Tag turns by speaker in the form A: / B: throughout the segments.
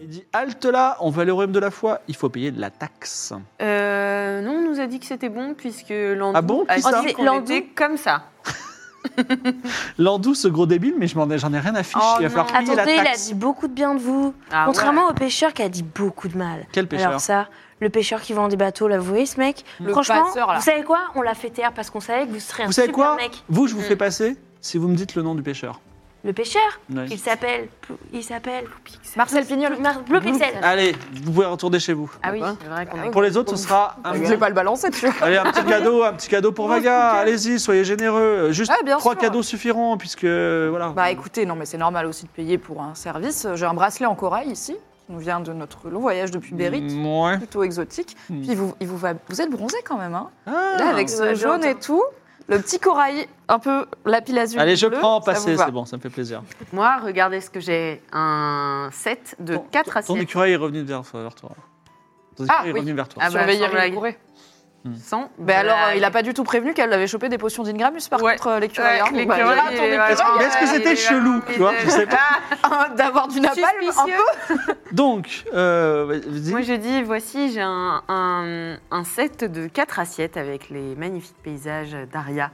A: Il dit halte là, on va aller au royaume de la foi, il faut payer de la taxe.
B: Euh, non, on nous a dit que c'était bon puisque l'andou
A: Ah bon,
B: a
A: qui ça
B: dit qu'on
C: L'andou
B: était comme ça.
A: Landou, ce gros débile, mais je m'en ai- j'en ai rien à fiche.
B: Oh
A: il va
B: non.
A: falloir payer
C: Attendez,
A: la
C: Ah, il a
A: taxe.
C: dit beaucoup de bien de vous.
B: Ah
C: Contrairement au pêcheur qui a dit beaucoup de mal.
A: Quel pêcheur
C: Alors ça, le pêcheur qui vend des bateaux, là, vous voyez ce mec
B: Le
C: Franchement,
B: passeur, là.
C: vous savez quoi On l'a fait taire parce qu'on savait que vous serez un
A: Vous savez
C: super
A: quoi
C: mec.
A: Vous, je vous
B: Mm.
A: fais passer si vous me dites le nom du pêcheur.
C: Le pêcheur,
A: Ouais.
C: il s'appelle... Il s'appelle...
B: Marcel Pignol.
C: Mar- Bleu
A: Mmh.
C: Pixel.
A: Allez, vous pouvez retourner chez vous.
B: Ah oui, c'est vrai qu'on a.
A: Pour les autres, ce sera un,
D: Je vais pas le balancer, tu vois.
A: Allez, un petit cadeau, un petit cadeau pour Vaga. Allez-y, soyez généreux. Juste
D: Oh, Ah, bien
A: trois
D: sûr.
A: cadeaux suffiront, puisque euh, voilà.
D: Bah écoutez, non mais c'est normal aussi de payer pour un service. J'ai un bracelet en corail ici, qui nous vient de notre long voyage depuis Bérite,
A: Mm, ouais.
D: plutôt exotique.
A: Mm.
D: Puis vous, il vous, va- vous êtes bronzé quand même, hein
A: Ah.
D: Là, avec
B: Ouais,
D: ce jaune et
B: j'entends.
D: tout, le petit corail, un peu la pile azul.
A: Allez, je
D: bleu,
A: prends,
D: ça vous
A: passez,
D: va.
A: c'est bon, ça me fait plaisir.
B: Moi, regardez ce que j'ai. Un set de
A: Ton-
D: Ah,
B: 4
A: Ton
B: assiettes.
A: écureuil est revenu vers, vers toi. Ton écureuil est
D: oui.
A: revenu vers toi.
B: Ah bah,
D: Surveiller,
B: sans blague.
D: il courait.
B: Sans
D: Mais alors,
B: blague.
D: euh, il a pas du tout prévenu qu'elle avait chopé des potions d'Ingramus, par
B: Ouais.
D: contre, euh, l'écureuil.
B: Ouais,
D: hein.
B: les
D: Bah,
B: curieux,
D: là,
B: il
D: ton
B: est-
D: écureuil,
A: Mais est-ce que
B: il
D: euh,
A: c'était
B: est
A: chelou,
B: vraiment
A: tu vois,
B: bizarre.
A: je sais pas.
D: hein, D'avoir du napalm, un
B: Ah, Suspicieux.
D: peu
A: Donc, euh, vas-y.
B: Moi, je dis, voici, j'ai un, un- un set de quatre assiettes avec les magnifiques paysages d'Aria.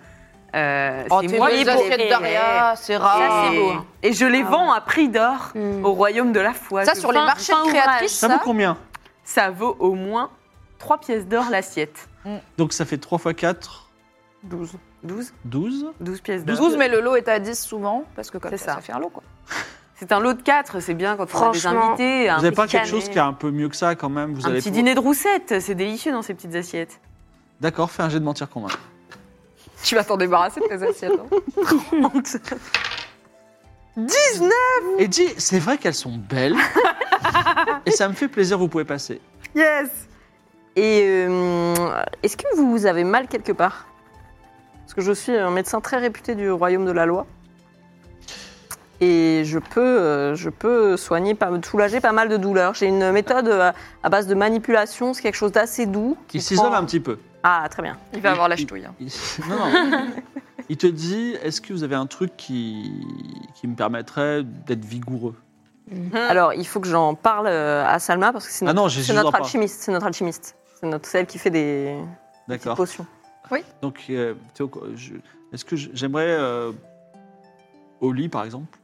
B: Euh,
D: Oh,
B: c'est
D: t'es
B: moi
D: belle,
B: qui
D: les
B: les
D: assiettes
B: fais.
D: d'Aria, c'est
B: Et-
D: rare. Mm.
C: c'est beau, hein.
B: Et je les
C: Ah
B: vends à prix d'or
C: Hmm.
A: Oh.
B: au royaume de la foi.
D: Ça,
B: Je
D: sur les
B: vends
D: marchés
B: fin
D: de créatrices,
B: ouvrage.
A: Ça vaut combien
B: Ça vaut au moins 3 pièces d'or l'assiette.
A: Donc, ça fait 3 x 4,
D: 12.
B: 12
A: 12.
B: 12 pièces d'or.
D: 12, mais le lot est à 10 souvent, parce que comme
B: C'est
D: ça,
B: ça.
D: ça fait un lot, quoi.
B: C'est un lot de 4, c'est bien quand on a des
C: Franchement,
B: invités. Un,
A: Vous n'avez pas
C: petit
A: quelque chose
C: canet.
A: qui est un peu mieux que ça, quand même vous
B: un
A: allez
B: petit
A: pouvoir-
B: dîner de roussettes, c'est délicieux dans ces petites assiettes.
A: D'accord, fais un jet de mentir convaincre.
D: Tu vas t'en débarrasser de tes assiettes. hein.
B: 19
A: Et dis, c'est vrai qu'elles sont belles. et ça me fait plaisir, vous pouvez passer.
B: Yes
E: Et euh, est-ce que vous avez mal quelque part Parce que je suis un médecin très réputé du royaume de la loi. Et je peux, euh, je peux soigner, pas- soulager pas mal de douleurs. J'ai une méthode euh, à base de manipulation, c'est quelque chose d'assez doux. qui
A: Il s'isole
E: prend-
A: un petit peu.
E: Ah, très bien.
D: Il va avoir la ch'touille. hein.
A: Il- Non, non. Il te dit, est-ce que vous avez un truc qui, qui me permettrait d'être vigoureux
E: Alors, il faut que j'en parle euh, à Salma parce que c'est
A: Ah
E: notre,
A: non, j'ai-
E: c'est
A: je
E: notre
A: dors pas.
E: alchimiste. C'est notre alchimiste. C'est notre, celle qui fait des petites
A: D'accord.
E: potions.
A: Donc, euh, Théo, je- est-ce que je- j'aimerais, euh, au lit par exemple,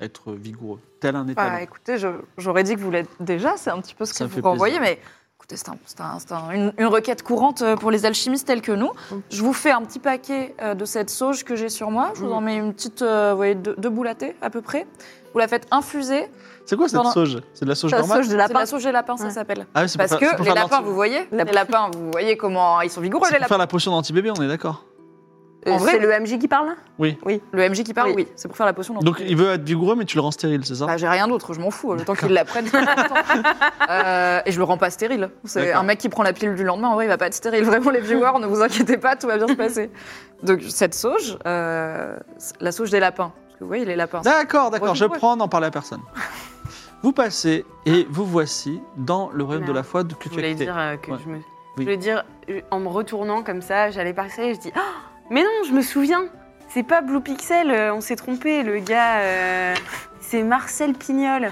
A: être vigoureux, tel un
D: Bah,
A: étalon
D: écoutez, je- j'aurais dit que vous l'êtes déjà, c'est un petit peu ce
A: Ça
D: que
A: me
D: vous
A: fait
D: renvoyez,
A: plaisir.
D: mais écoutez, c'est un- c'est un- c'est un- une, une requête courante euh, pour les alchimistes tels que nous.
A: Mm.
D: Je vous fais un petit paquet euh, de cette sauge que j'ai sur moi, je
A: Mm.
D: vous en mets une petite, euh, vous voyez, deux, deux boules à thé à peu près. Vous la faites infuser,
A: C'est quoi cette
D: pendant-
A: sauge C'est de la sauge
E: La
A: normale
E: sauge de
D: c'est de
E: lapin.
D: la sauge et lapin, ça
E: Ouais.
D: s'appelle.
A: Ah oui, c'est pour faire-
D: Parce
A: c'est
D: que
A: pour
D: les
A: faire de
D: lapins,
A: l'anti-
D: vous voyez, les
E: Lap-
D: lapins, vous voyez comment ils sont vigoureux,
A: c'est
D: les
A: pour
D: lapins.
A: faire la potion d'anti-bébé, on est d'accord.
E: Euh,
D: En vrai-
E: C'est le MJ qui parle là
D: Le MJ qui parle, oui,
E: Oui.
D: c'est pour faire la potion. dans-
A: Donc il veut être vigoureux, mais tu le rends stérile, c'est ça
D: Bah, j'ai rien d'autre, je m'en fous. Le temps qu'il la prenne. Euh, et je le rends pas stérile. C'est
A: D'accord.
D: un mec qui prend la pilule du lendemain, en vrai, il va pas être stérile. Vraiment, les viewers, ne vous inquiétez pas, tout va bien se passer. Donc, cette sauge, euh, la sauge des lapins. Parce que vous voyez, les lapins.
A: D'accord, d'accord, je
D: Revigoureux.
A: prends, n'en parle à personne. Vous passez et vous voici dans le royaume de la foi que
B: Je
A: tu as
B: voulais
A: quitté.
B: dire euh, que
A: Ouais.
B: je me. Je voulais dire, euh, en me retournant comme ça, j'allais passer et je dis Ah, Mais non, je me souviens C'est pas Blue Pixel, euh, on s'est trompé, le gars. euh, c'est Marcel Pignol.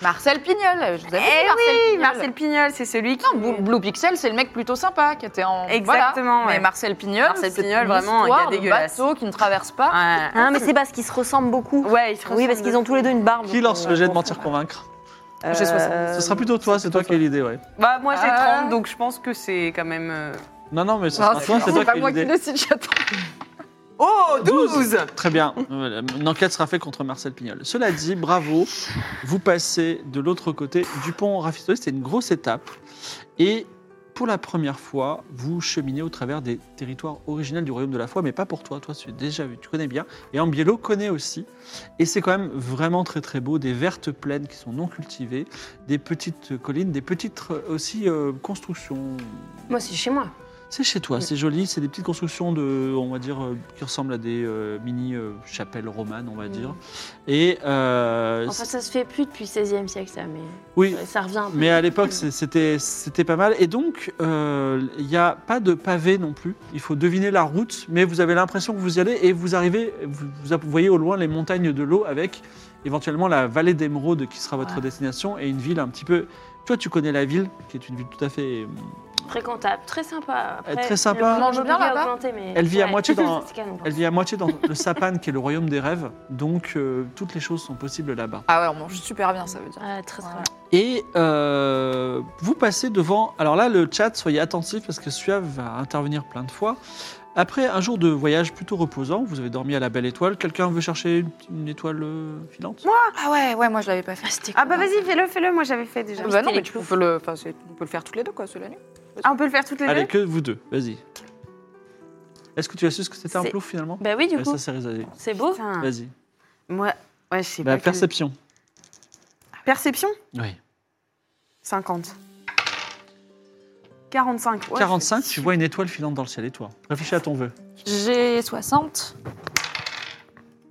D: Marcel Pignol, je vous avais
B: Eh
D: dit, Marcel
B: oui,
D: Pignol.
B: Marcel Pignol, c'est celui qui.
D: Non, Blue, Blue Pixel, c'est le mec plutôt sympa qui était en.
B: Exactement,
D: voilà.
B: ouais.
D: Mais Marcel Pignol,
B: Marcel
D: c'est
B: Pignol,
D: une
B: vraiment, un
D: histoire
B: gars
D: de
B: dégueulasse. Ah,
D: bateau qui ne traverse pas.
B: Ouais.
C: Ah,
E: Hein, mais c'est parce qu'ils se ressemblent beaucoup.
B: Ouais, ils se
E: Oui, parce
B: ressemblent
E: qu'ils ont tous les deux une barbe.
A: Qui lance le jet de mentir convaincre
E: Euh,
D: J'ai 70.
A: Ce sera plutôt toi, c'est toi qui as l'idée, ouais.
B: Bah, moi j'ai
D: Ah.
B: 30, donc je pense que c'est quand même. euh,
A: Non, non, mais ce
D: Non,
A: sera toi, c'est toi
D: pas
A: qui as
D: moi qui
A: l'idée.
D: décide, j'attends.
B: Oh, 12
A: Très bien, Voilà, une enquête sera faite contre Marcel Pignol. Cela dit, bravo, vous passez de l'autre côté du pont Raffistoli, c'était une grosse étape. Et pour la première fois, vous cheminez au travers des territoires originels du royaume de la foi, mais pas pour toi. Toi, tu es déjà vu, tu connais bien. Et Ambiello connaît aussi. Et c'est quand même vraiment très très beau. Des vertes plaines qui sont non cultivées, des petites collines, des petites euh, aussi euh, constructions.
C: Moi, c'est chez moi.
A: C'est chez toi, c'est joli. C'est des petites constructions de, on va dire, euh, qui ressemblent à des euh, mini euh, chapelles romanes, on va dire. Et euh,
C: Enfin, ça se Mm. fait plus depuis 16e siècle, ça, mais
A: oui,
C: euh, ça revient un peu.
A: mais à l'époque, c'est- c'était c'était pas mal. Et donc, euh, il n'y a pas de pavé non plus. Il faut deviner la route, mais vous avez l'impression que vous y allez et vous arrivez, vous, vous app- voyez au loin les montagnes de l'eau avec éventuellement la vallée d'Émeraude qui sera votre destination et une ville un petit peu. Toi, tu connais la ville, qui est une ville tout à fait. euh,
C: Fréquentable, très sympa. Après,
A: Très sympa.
C: le
D: Mange
C: mobilier
D: bien
C: a
D: là-bas
C: augmenté, mais-
A: Elle vit à
C: Ouais.
A: moitié dans-
C: C'est canon, par
A: Elle vit à moitié dans le Sapan, qui est le royaume des rêves. Donc, euh, toutes les choses sont possibles là-bas.
D: Ah ouais, on mange super bien, ça veut dire.
C: contre. Ah, très très
D: Voilà.
C: bien.
A: Et euh, vous passez devant. Alors là, le chat, soyez attentifs parce que Suave va intervenir plein de fois. Après un jour de voyage plutôt reposant, vous avez dormi à la belle étoile. Quelqu'un veut chercher une, une étoile euh, filante
D: Ah ouais, ouais, moi je l'avais pas fait.
C: Ah, c'était
B: Ah bah
C: cool.
B: vas-y, fais-le, fais-le. Moi j'avais fait déjà.
D: Bah non, mais tu peux le, enfin, c'est- on peut le faire toutes les deux, quoi, c'est la nuit.
B: Ah, on peut le faire toutes les
A: Allez,
B: deux.
A: que vous deux, vas-y. Est-ce que tu as su ce que c'était un
C: C'est-
A: plouf finalement
C: Bah oui, du
A: Ouais,
C: coup, Ah.
A: Ça, c'est réservé.
C: c'est beau.
B: Putain,
A: Vas-y.
B: Moi, ouais, je sais
A: Bah,
B: pas. quel-
A: perception.
B: Perception
A: Oui.
B: 50. 45. ouais.
A: 45, tu vois une étoile filante dans le ciel et toi Réfléchis à ton vœu.
D: J'ai 60.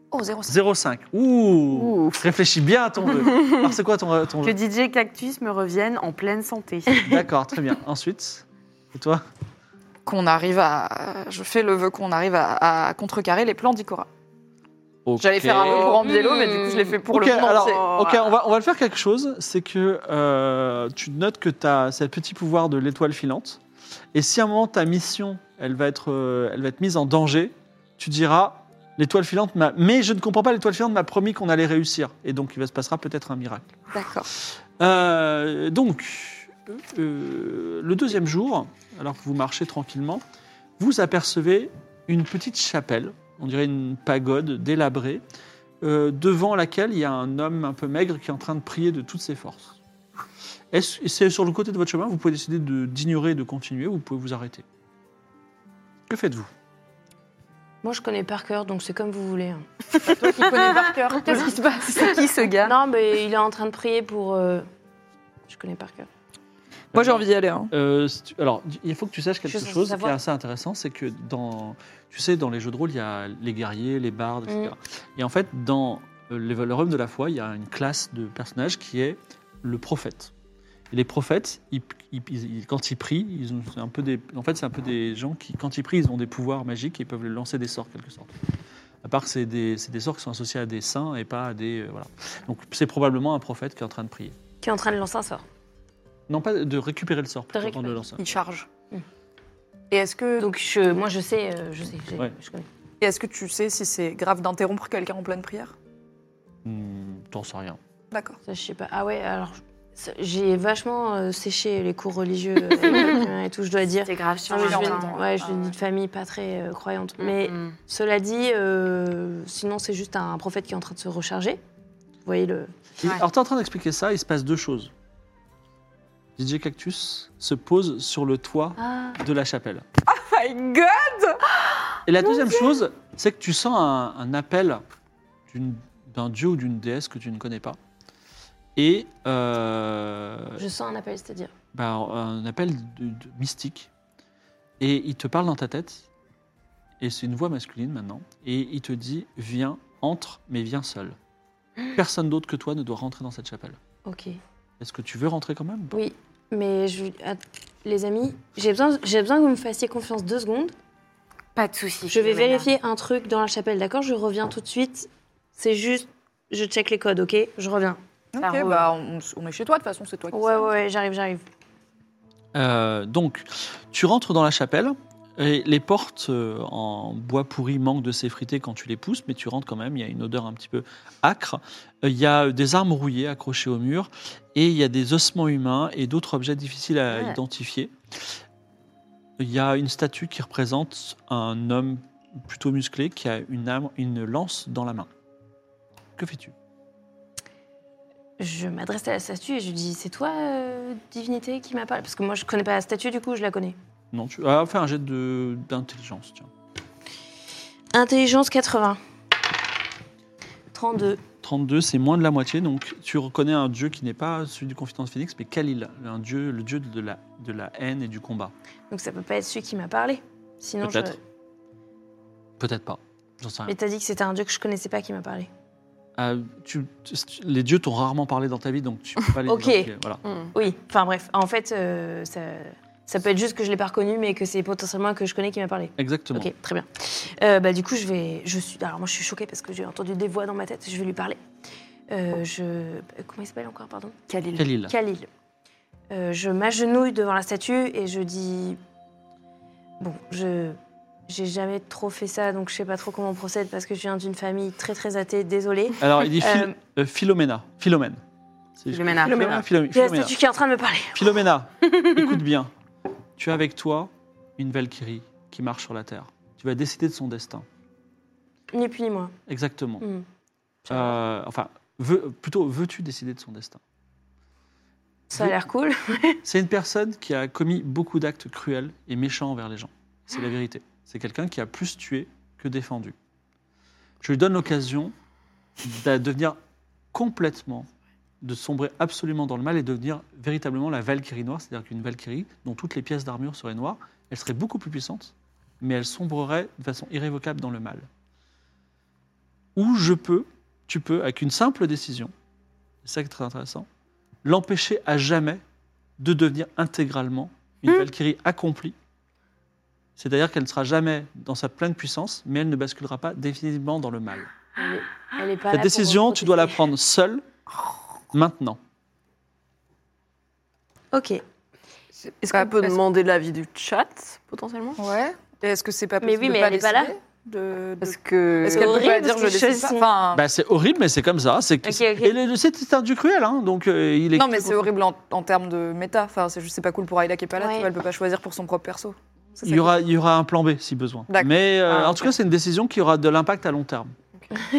D: Oh, 0,5.
A: 0,5. Ouh Réfléchis bien à ton vœu. Alors, c'est quoi ton, ton
B: Que
A: vœu
B: DJ Cactus me revienne en pleine santé.
A: D'accord, très bien. Ensuite, et toi
D: Qu'on arrive à. Je fais le vœu qu'on arrive à, à contrecarrer les plans d'Icora. J'allais
A: Ok.
D: faire un vœu pour Ambiello, mais du coup, je l'ai fait pour
A: Euh, Ok,
D: le plan.
A: alors,
D: c'est-
B: Oh.
A: ok, on va, on va le faire quelque chose. C'est que euh, tu notes que tu as ce petit pouvoir de l'étoile filante. Et si à un moment ta mission, elle va être, euh, elle va être mise en danger, tu diras l'étoile filante m'a. Mais je ne comprends pas, l'étoile filante m'a promis qu'on allait réussir. Et donc il va se passera peut-être un miracle.
D: D'accord.
A: Euh, donc, euh, le deuxième jour, alors que vous marchez tranquillement, vous apercevez une petite chapelle, on dirait une pagode délabrée, euh, devant laquelle il y a un homme un peu maigre qui est en train de prier de toutes ses forces. Est-ce- C'est sur le côté de votre chemin, vous pouvez décider de- d'ignorer et de continuer, ou vous pouvez vous arrêter. Que faites-vous
C: Moi, je connais par cœur, donc c'est comme vous voulez. hein.
D: Il connaît par cœur. Qu'est-ce qui se passe
B: Qui ce gars
C: Non, mais il est en train de prier pour. euh, Je connais par cœur.
D: Moi, j'ai envie d'y aller. hein.
A: Euh, si tu- alors, il faut que tu saches quelque
C: Je suis
A: chose qui est
C: savoir.
A: assez intéressant, c'est que dans, tu sais, dans les jeux de rôle, il y a les guerriers, les bardes, etc.
C: Mm.
A: Et en fait, dans euh, le le royaume de la foi, il y a une classe de personnages qui est le prophète. Et les prophètes, ils- ils- ils- quand ils prient, ils ont c'est un peu des, en fait, c'est un peu des gens qui, quand ils prient, ils ont des pouvoirs magiques et ils peuvent lancer des sorts, en quelque sorte. À part que c'est des, c'est des sorts qui sont associés à des saints et pas à des, euh, voilà. Donc, c'est probablement un prophète qui est en train de prier.
C: Qui est en train de lancer un sort.
A: Non, pas de récupérer le sort, plutôt que de le
C: récupérer.
A: lancer.
D: Il charge.
C: Mm.
D: Et est-ce que,
C: Donc, je... moi, je sais, euh, je sais, j'ai-
A: Ouais.
C: je connais.
D: et est-ce que tu sais si c'est grave d'interrompre quelqu'un en pleine prière
A: Hmm, T'en sais rien.
D: D'accord.
C: Ça, je sais pas. Ah ouais, alors. ça- J'ai vachement euh, séché les cours religieux euh, primaire et tout, je dois dire.
B: C'est grave
C: Non,
B: chiant.
C: mais
D: Ouais,
C: je
D: en
C: viens
D: même
C: de-
D: temps.
C: ouais, je viens
D: Ah,
C: d'une
D: ouais. Mm,
C: famille pas très euh, croyante. Mais
B: Mais
C: cela dit, euh, sinon c'est juste un prophète qui est en train de se recharger. Vous voyez le.
A: Il-
B: Ouais.
A: Alors, t'es en train d'expliquer ça, il se passe deux choses. DJ Cactus se pose sur le toit
D: Ah.
A: de la chapelle.
D: My God
A: Et la deuxième chose, c'est que tu sens un, un appel d'une- d'un dieu ou d'une déesse que tu ne connais pas. Et euh,
C: Je sens un appel, c'est-à-dire.
A: bah, un appel de- de mystique. Et il te parle dans ta tête. Et c'est une voix masculine maintenant. Et il te dit Viens, entre, mais viens seul. Personne d'autre que toi ne doit rentrer dans cette chapelle.
C: Ok.
A: Est-ce que tu veux rentrer quand même
C: Oui, mais je. att- Les amis, j'ai besoin, j'ai besoin que vous me fassiez confiance deux secondes.
B: pas de soucis.
C: Je vais
B: Philomena.
C: vérifier un truc dans la chapelle, d'accord Je reviens tout de suite. C'est juste, je check les codes, ok Je reviens.
B: Ça
D: Ok,
B: roule.
D: bah, on, on est chez toi, de toute façon, c'est toi qui
C: Ouais,
D: sais.
C: ouais, ouais, j'arrive, j'arrive.
A: Euh, donc, tu rentres dans la chapelle. Et les portes euh, en bois pourri manquent de s'effriter quand tu les pousses, mais tu rentres quand même. Il y a une odeur un petit peu acre. Euh, Il y a euh, des armes rouillées accrochées au mur, et il y a des ossements humains et d'autres objets difficiles à
B: Ouais.
A: identifier. Il y a une statue qui représente un homme plutôt musclé qui a une, âme, une lance dans la main. Que fais-tu
C: Je m'adresse à la statue et je lui dis C'est toi, euh, divinité, qui m'a parlé Parce que moi, je connais pas la statue, du coup, je la connais.
A: Non, tu. Ah, fais un jet de- d'intelligence, tiens.
C: Intelligence 80. 32.
A: 32, c'est moins de la moitié, donc tu reconnais un dieu qui n'est pas celui du confident de Phoenix, mais Khalil, un dieu, le dieu de la, de la haine et du combat.
C: Donc ça peut pas être celui qui m'a parlé. Sinon, je...
A: Peut-être. Peut-être pas. J'en sais rien.
C: Mais t'as dit que c'était un dieu que je connaissais pas qui m'a parlé.
A: Euh, tu- tu- les dieux t'ont rarement parlé dans ta vie, donc tu peux pas les
C: Ok. Mm.
A: identifier, Voilà.
C: Oui, enfin bref. En fait, euh, ça... ça peut être juste que je l'ai pas reconnu, mais que c'est potentiellement un que je connais qui m'a parlé.
A: Exactement.
C: Ok, très bien. Euh, bah, du coup, je vais. Je suis... Alors, moi, je suis choquée parce que j'ai entendu des voix dans ma tête. Je vais lui parler. Euh, je... Comment il s'appelle encore, pardon
B: Khalil.
A: Khalil.
C: Khalil. Euh, je m'agenouille devant la statue et je dis Bon, je. J'ai jamais trop fait ça, donc je sais pas trop comment on procède parce que je viens d'une famille très très athée, désolée.
A: Alors il dit Phil-
C: Euh,
A: euh, Philomena. Philomène. C'est-
B: Philomena.
A: Philomena. Philomena.
C: Il y a la statue qui est en train de me parler.
A: Philomena, écoute bien. Tu as avec toi une Valkyrie qui marche sur la terre. Tu vas décider de son destin.
C: Ni plus ni moins.
A: Exactement.
C: Hmm.
A: Euh, enfin, veux- plutôt, veux-tu décider de son destin
C: Ça a l'air cool.
A: C'est une personne qui a commis beaucoup d'actes cruels et méchants envers les gens. C'est la vérité. C'est quelqu'un qui a plus tué que défendu. Je lui donne l'occasion de devenir complètement, de sombrer absolument dans le mal et devenir véritablement la Valkyrie noire, c'est-à-dire qu'une Valkyrie dont toutes les pièces d'armure seraient noires, elle serait beaucoup plus puissante, mais elle sombrerait de façon irrévocable dans le mal. Ou je peux, tu peux, avec une simple décision, c'est ça qui est très intéressant, l'empêcher à jamais de devenir intégralement une
D: Hmm.
A: Valkyrie accomplie. C'est-à-dire qu'elle ne sera jamais dans sa pleine puissance, mais elle ne basculera pas définitivement dans le mal.
D: Ah,
C: Elle est, elle est pas là
A: Cette
C: pour
A: décision, tu dois la
C: protéger.
A: prendre seule, maintenant.
C: Ok.
E: Est-ce qu'on peut
D: Est-ce-
E: demander l'avis du chat, potentiellement
D: Ouais. Et Est-ce que c'est pas
C: Mais
D: possible
C: oui,
D: de
C: mais
D: pas
C: elle est pas là.
D: décider de- de-
E: Parce que.
D: Est-ce qu'elle peut
C: horrible,
D: pas dire
C: parce
D: je
C: que les
D: décide
C: choses
D: pas
C: sont-
D: Enfin,
A: Bah, c'est horrible, mais c'est comme ça. C'est
C: Ok, ok.
A: Et le- c'est c'est un dieu cruel, hein, donc euh, il est.
D: Non, mais c'est horrible en, en termes de méta. Enfin, c'est juste c'est pas cool pour Ayla qui est pas là.
C: Ouais.
D: Tu vois, elle peut pas choisir pour son propre perso. Ça,
A: Il
D: c'est-
A: y, aura, il y aura un plan B si besoin.
D: D'accord.
A: Mais euh,
D: Ah,
A: en tout cas, c'est une décision qui aura de l'impact à long terme.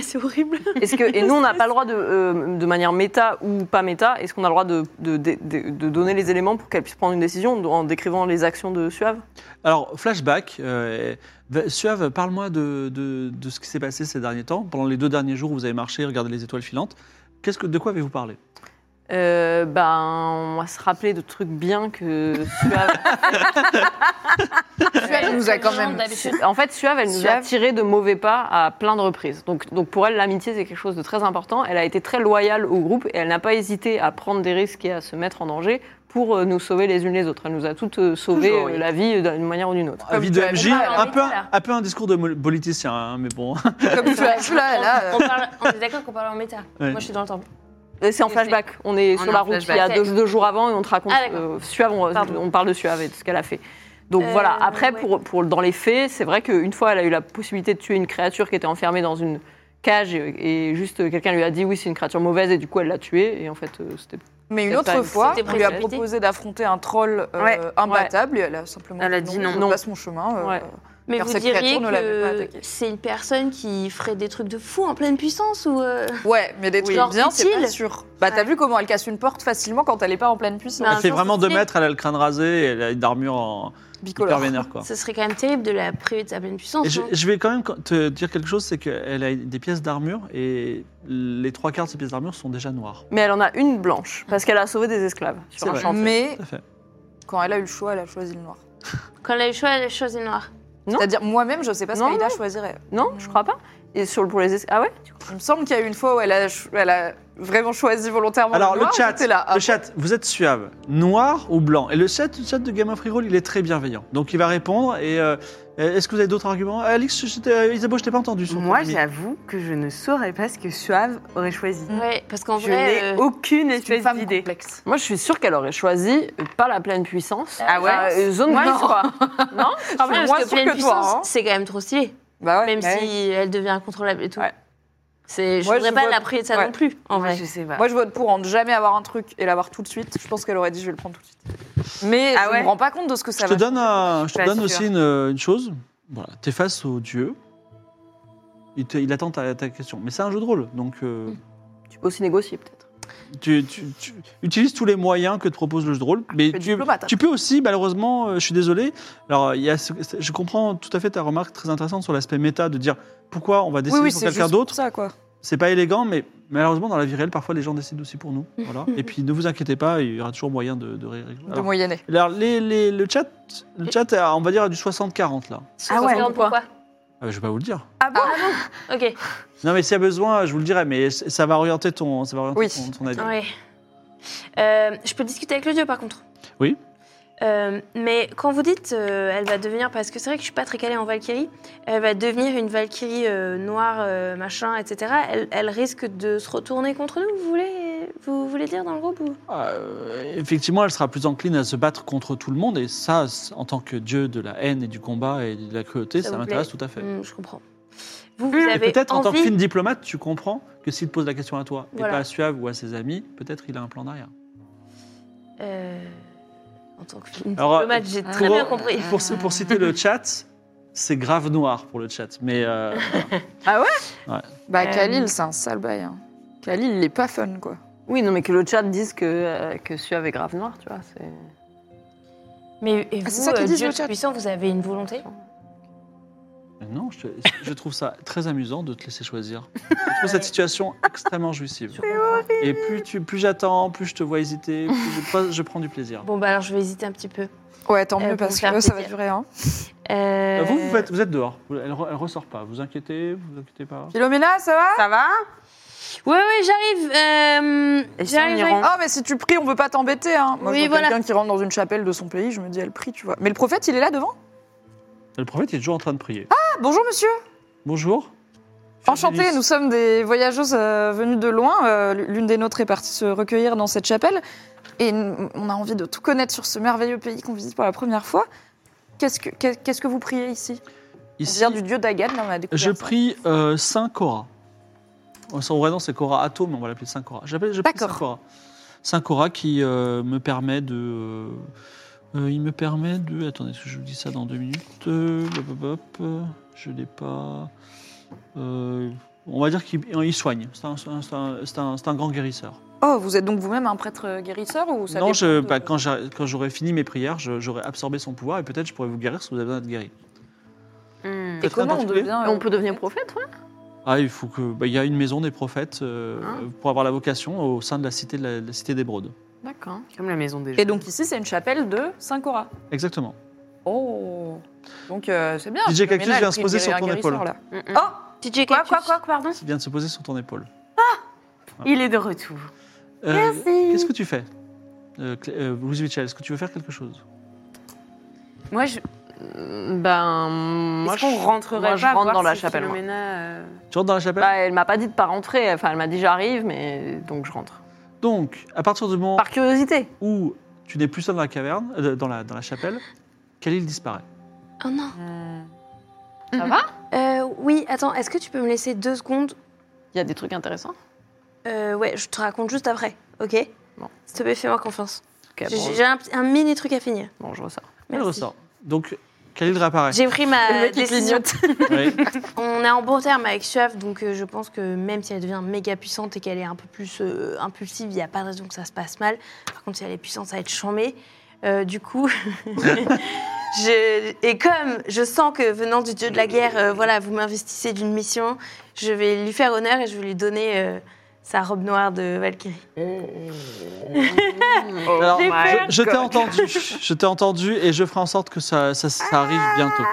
C: c'est horrible.
E: Est-ce que et nous on n'a pas le droit de euh, de manière méta ou pas méta Est-ce qu'on a le droit de, de, de- de- de donner les éléments pour qu'elle puisse prendre une décision en décrivant les actions de Suave
A: Alors, flashback. euh, va- Suave, parle-moi de, de- de ce qui s'est passé ces derniers temps. Pendant les deux derniers jours où vous avez marché, regardé les étoiles filantes, Qu'est-ce que, de quoi avez-vous parlé
E: Euh, Ben on va se rappeler de trucs bien que Suave.
D: Elle nous a quand même.
E: en fait Suave elle nous a
D: Suave.
E: tiré de mauvais pas à plein de reprises. Donc donc pour elle l'amitié c'est quelque chose de très important. Elle a été très loyale au groupe et elle n'a pas hésité à prendre des risques et à se mettre en danger pour euh, nous sauver les unes les autres. Elle nous a toutes euh, sauvé
D: Toujours, oui.
E: euh, la vie d'une manière ou d'une autre.
A: Avis de
D: tu as-
A: MJ,
C: on parle en
A: un peu, un,
C: méta.
A: peu un discours de mo- politicien, hein, mais bon.
D: Comme tu as là, là.
C: On,
D: euh,
C: parle- on est d'accord qu'on parle en méta.
A: Ouais.
C: Moi, je suis dans le temple.
E: Et Euh, C'est en
C: Et
E: flashback. On est
B: On
E: sur
B: est
E: la
B: en
E: route il y a
B: flashback.
E: deux, deux jours avant et on te raconte
C: Ah, d'accord.
E: euh, Suave. On,
C: Pardon.
E: on parle de Suave et de ce qu'elle a fait. Donc
C: Euh,
E: voilà. Après,
C: ouais.
E: pour, pour dans les faits, c'est vrai qu'une fois, elle a eu la possibilité de tuer une créature qui était enfermée dans une cage et, et juste euh, quelqu'un lui a dit oui, c'est une créature mauvaise et du coup elle l'a tuée et en fait euh, c'était.
D: Mais une
E: C'était pas
D: autre
E: une-
D: fois,
C: c'était
D: on lui a
C: prémédité.
D: proposé d'affronter un troll euh,
B: Ouais.
D: imbattable et elle a simplement
B: Elle a dit non.
D: je
E: Non.
D: passe mon chemin. euh,
E: Ouais.
C: Mais
D: Car
C: vous
D: cette
C: diriez
D: créature ne l'avait pas
C: que
D: attaqué.
C: c'est une personne qui ferait des trucs de fou en pleine puissance ou euh,
D: Ouais, mais des
C: Oui.
D: trucs
C: Genre
D: bien, c'est pas
C: utile.
D: sûr. Bah, t'as
C: Ouais.
D: vu comment elle casse une porte facilement quand elle est pas en pleine puissance.
C: Non.
A: Elle fait
C: jour,
A: vraiment
C: c'est
A: deux
C: stylé.
A: mètres, elle a le crâne rasé, et elle a une armure en hyper
D: Bicolore.
A: vénère, quoi.
C: Ce serait quand même terrible de la priver de sa pleine puissance.
A: Ah. Et je,
C: non
A: je vais quand même te dire quelque chose, c'est qu'elle a des pièces d'armure et les trois quarts de ces pièces d'armure sont déjà noires.
E: Mais elle en a une blanche parce qu'elle a sauvé des esclaves sur
A: C'est
E: un
A: vrai.
E: chantier.
D: Mais
A: Tout à fait.
D: quand elle a eu le choix, elle a choisi le noir.
C: Quand elle a eu le choix, elle a choisi noir.
E: Non.
D: C'est-à-dire, moi-même, je sais pas ce
E: Non,
D: qu'Aïda choisirait.
E: Non, je crois pas. Et sur le pour les esclaves. Ah ouais.
D: Il me semble qu'il y a eu une fois où elle a, cho- elle a vraiment choisi volontairement
A: Alors,
D: le
A: le
D: noir.
A: chat,
D: j'étais là. ah,
A: le chat, vous êtes suave, noir ou blanc Et le chat, le chat de Game of Reroll, il est très bienveillant. Donc il va répondre. Et euh, est-ce que vous avez d'autres arguments Alex, je t'ai- euh, Isabeau, je t'ai pas entendu. sur ton
B: Moi,
A: ami.
B: j'avoue que je ne saurais pas ce que Suave aurait choisi.
D: Mm.
C: Ouais, parce qu'en
B: Je
C: vrai.
B: n'ai
C: euh,
B: aucune
D: c'est une
B: espèce
D: femme
B: d'idée.
D: complexe.
E: Moi je suis sûre qu'elle aurait choisi euh, pas la pleine puissance.
C: Ah ouais
E: Enfin, euh, zone
D: Moi,
E: grise
D: non.
E: quoi. non.
D: Ah,
C: ouais,
D: mais
C: parce
D: moins
C: que
D: sûr
C: pleine
D: que toi.
C: puissance,
D: hein.
C: c'est quand même trop stylé.
D: Bah ouais.
C: même
D: bah ouais.
C: si elle devient incontrôlable et tout.
D: Ouais.
C: C'est, je
D: Moi,
C: voudrais
D: je
C: pas
D: vote-
C: la priver de ça
D: ouais.
C: non plus, en
B: Moi,
C: vrai.
B: je sais pas.
D: Moi, je vote pour en ne jamais avoir un truc et l'avoir tout de suite. Je pense qu'elle aurait dit je vais le prendre tout de suite. Mais
B: Ah
D: je
B: ouais
D: me rends pas compte de ce que ça
A: Je te
D: va.
A: donne, un- je
B: suis
A: te
B: pas
A: donne
B: sûre.
A: aussi une, euh, une chose. Voilà, t'es face au dieu. Il, te- il attend ta, ta question. Mais c'est un jeu de rôle, donc euh,
D: Mm.
E: Tu peux aussi négocier peut-être.
A: tu, tu- tu utilises tous les moyens que te propose le jeu de rôle, mais
D: le
A: tu,
D: diplomate.
A: tu peux aussi, malheureusement, euh, je suis désolé. Alors, il y a ce- je comprends tout à fait ta remarque très intéressante sur l'aspect méta de dire pourquoi on va décider pour
D: c'est
A: quelqu'un
D: juste pour
A: d'autre.
D: Ça, quoi.
A: C'est pas élégant, mais malheureusement, dans la vie réelle, parfois les gens décident aussi pour nous. Voilà. Et puis, ne vous inquiétez pas, il y aura toujours moyen de. de ré-
D: de
A: Alors,
D: moyenner.
A: alors, les- les- le chat, le chat, a, on va dire, a du 60-40 là.
B: Ah ouais,
C: pourquoi
A: Ah, je vais pas vous le dire.
C: Ok.
A: Non, mais s'il y a besoin, je vous le dirai, mais c- ça va orienter ton, ça va orienter
D: Oui.
A: ton, ton avis.
C: Ouais. Euh, je peux discuter avec le dieu par contre.
A: Oui.
C: Euh, mais quand vous dites euh, elle va devenir, parce que c'est vrai que je suis pas très calée en Valkyrie, elle va devenir une Valkyrie euh, noire, euh, machin, etc. Elle, elle risque de se retourner contre nous, vous voulez, vous voulez dire dans le groupe ou...
A: Euh, effectivement, elle sera plus encline à se battre contre tout le monde, et ça, c- en tant que dieu de la haine et du combat et de la cruauté,
C: Ça
A: ça,
C: vous
A: m'intéresse tout à fait.
C: Hmm, Je comprends. Vous, vous
A: Et
C: avez
A: peut-être, en tant que
C: envie.
A: fine diplomate, tu comprends que s'il te pose la question à toi et
C: Voilà.
A: pas à Suave ou à ses amis, peut-être il a un plan derrière.
C: euh, en tant que fine
A: Alors,
C: diplomate, j'ai
D: pour-
C: très bien compris.
A: Pour, ce- pour citer le chat, c'est grave noir pour le chat, mais euh,
D: Bah,
C: Euh,
D: Khalil, c'est un sale bail. hein. Khalil, il est pas fun, quoi.
E: Oui, non, mais que le chat dise que, euh, que Suave est grave noir, tu vois. c'est-
C: Mais et vous,
D: Ah, c'est ça qu'ils
C: euh,
D: disent,
C: Dieu
D: le chat.
C: puissant, vous avez une volonté
A: non, je, je trouve ça très amusant de te laisser choisir. Je trouve cette situation extrêmement jouissive. Et plus, tu- plus j'attends, plus je te vois hésiter, plus je, pas- je prends du plaisir.
C: Bon bah alors je vais hésiter un petit peu.
D: Ouais, tant
C: Euh,
D: mieux,
C: pour
D: parce
C: faire
D: que ça va
C: plaisir.
D: durer, hein.
C: Euh,
A: Ah, Vous, vous, faites- vous êtes dehors. Vous- Elle, re- elle ressort pas. Vous inquiétez, vous inquiétez pas.
D: Philomena, ça va
B: Ça va
C: Ouais, ouais, j'arrive. euh,
B: Et si
C: j'arrive,
B: on y
C: j'arrive.
B: rentre
D: Ah, mais si tu pries, on peut pas t'embêter, hein. Moi,
C: Oui,
D: je vois
C: voilà.
D: quelqu'un qui rentre dans une chapelle de son pays, je me dis, elle prie, tu vois. Mais le prophète, il est là devant
A: Le prophète est toujours en train de prier.
D: Ah, bonjour, monsieur
A: Bonjour.
D: Enchanté,
A: Félice.
D: nous sommes des voyageuses euh, venues de loin. Euh, L'une des nôtres est partie se recueillir dans cette chapelle. Et n- on a envie de tout connaître sur ce merveilleux pays qu'on visite pour la première fois. Qu'est-ce que, qu'est- qu'est-ce que vous priez ici On
A: Ici,
D: vient du dieu Dagan, là, on a découvert
A: je
D: ça.
A: prie euh, Saint Cora. Euh, Son vrai nom, c'est Cora Ato, mais on va l'appeler Saint Cora. J'appelle, je prie Saint
D: D'accord.
A: Cora. Saint Cora qui euh, me permet de. euh, euh, il me permet de. Attendez, est-ce que je vous dis ça dans deux minutes. Euh, hop, hop, hop. Euh, Je l'ai pas. Euh, on va dire qu'il il soigne. C'est un, c'est un- c'est un- c'est un- c'est un grand guérisseur.
D: Oh, vous êtes donc vous-même un prêtre euh, guérisseur ou ça
A: Non,
D: dépend
A: je,
D: de-
A: bah, quand j'a- quand j'aurai fini mes prières, je- j'aurai absorbé son pouvoir et peut-être je pourrai vous guérir si vous avez besoin d'être guéri.
B: Hmm.
D: Et
A: Quelqu'un
D: comment on
A: particulier
D: devient euh,
E: On peut devenir prophète, ouais.
A: Ah, il faut que. bah, Il y a une maison des prophètes euh,
E: Ah.
A: pour avoir la vocation au sein de la cité, de la, la cité des Brodes.
E: D'accord.
B: Comme la maison des gens.
D: Et donc ici, c'est une chapelle de Saint Cora.
A: Exactement.
D: Oh Donc euh, c'est bien.
A: DJ
D: Philomena
A: Cactus
D: a
A: vient
D: pris
A: se poser
D: le-
A: sur
D: un
A: ton
D: guérisseur,
A: épaule.
D: là.
B: Mm, mm.
D: Oh
C: TJ
B: quoi,
C: Cactus.
B: quoi, quoi, pardon
A: Il vient de se poser sur ton épaule.
B: Il est de retour.
A: Euh,
B: Merci.
A: Qu'est-ce que tu fais euh, Clé- euh, Louise Mitchell, est-ce que tu veux faire quelque chose
B: Moi, je...
E: Ben. Moi,
B: est-ce qu'on
E: je-
B: rentrerait
E: moi,
B: pas
E: je rentre
B: voir
E: dans la
B: si
E: chapelle, moi.
B: Philomena, euh,
A: Tu rentres dans la chapelle
E: Bah, elle m'a pas dit de pas rentrer. Enfin, elle m'a dit j'arrive, mais donc je rentre.
A: Donc, à partir du moment
E: Par curiosité.
A: où tu n'es plus seul dans la caverne, euh, dans, la, dans la chapelle, Khalil disparaît.
C: Oh non.
E: Ça va
C: Euh, oui, attends, est-ce que tu peux me laisser deux secondes
E: Il y a des trucs intéressants.
C: Euh, Ouais, je te raconte juste après, ok
E: Bon.
C: S'il te plaît, fais-moi confiance.
E: Ok,
C: J'ai-
E: bon,
C: J'ai un, petit- un mini truc à finir.
E: bon, je ressors.
A: Elle
C: Merci.
A: ressort. Donc, Khalil réapparaît.
C: J'ai pris ma
D: mec, il
C: décision.
A: Oui.
C: On est en bon terme avec Suave, donc euh, je pense que même si elle devient méga puissante et qu'elle est un peu plus euh, impulsive, il n'y a pas de raison que ça se passe mal. Par contre, si elle est puissante, ça va être chambé. Euh, du coup, je- et comme je sens que venant du dieu de la guerre, euh, voilà, vous m'investissez d'une mission, je vais lui faire honneur et je vais lui donner euh, sa robe noire de Valkyrie.
A: Alors,
B: J'ai
A: je,
B: peur.
A: je t'ai entendu, je t'ai entendu et je ferai en sorte que ça, ça- ça arrive bientôt.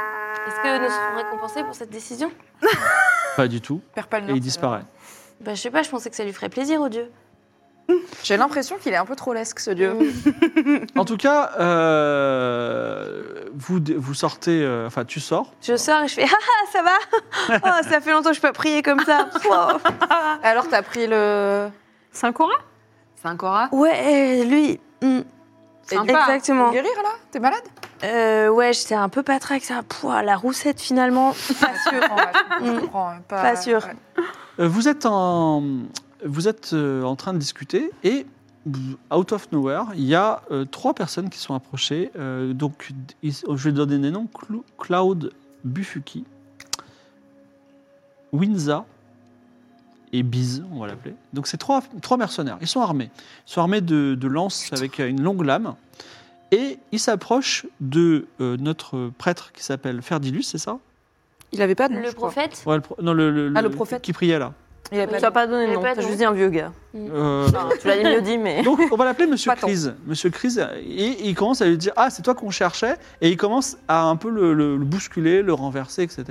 C: Est-ce que nous serons récompensés pour cette décision
A: Pas du tout.
D: Perds pas le
A: Et
D: nord,
A: il disparaît.
C: bah, Je sais pas, je pensais que ça lui ferait plaisir au dieu.
D: c'est bien. J'ai l'impression qu'il est un peu trop lesque, ce dieu.
A: En tout cas, euh, vous, vous sortez, euh, enfin tu sors.
C: Je sors et je fais Ah, ah, ça va Oh, ça fait longtemps que je peux pas prier comme ça. Wow.
D: Ah, Alors, t'as pris le...
E: Saint Cora
B: C'est un Cora
C: Ouais, euh, lui.
F: hmm.
C: mm,
D: Sympa, hein.
C: Exactement.
D: Pour guérir, là T'es malade
C: Euh, ouais, j'étais un peu patraque, ça. Pouah, la roussette finalement.
D: Pas sûr.
C: Mm.
D: Je comprends, hein, pas...
C: Pas sûr.
D: ouais.
A: Euh, vous êtes en, vous êtes euh, en train de discuter et euh, out of nowhere, il y a euh, trois personnes qui sont approchées. Euh, donc, ils- oh, je vais donner des noms Clou- Cloud Bufuki, Winza et Bise, on va l'appeler. Donc c'est trois, trois mercenaires. Ils sont armés. Ils sont armés de, de lances avec euh, une longue lame. Et ils s'approchent de euh, notre prêtre qui s'appelle Ferdilus, c'est ça
D: Il avait pas de nom,
C: Le
D: je crois.
C: prophète
A: Ouais, le pro- Non, le,
D: Ah, le prophète.
A: Qui priait là.
D: Il avait
E: Tu
D: pas de
E: n'as pas donné
C: Il
E: de
C: a
E: nom,
C: pas
E: t'as
C: de nom.
E: juste dit un vieux gars.
A: Euh,
D: Ah.
E: Enfin, tu l'as dit mieux dit, mais.
A: Donc on va l'appeler Monsieur
D: Pas tant.
A: Crise. Monsieur Crise, et il commence à lui dire Ah, c'est toi qu'on cherchait. Et il commence à un peu le, le- le bousculer, le renverser, etc.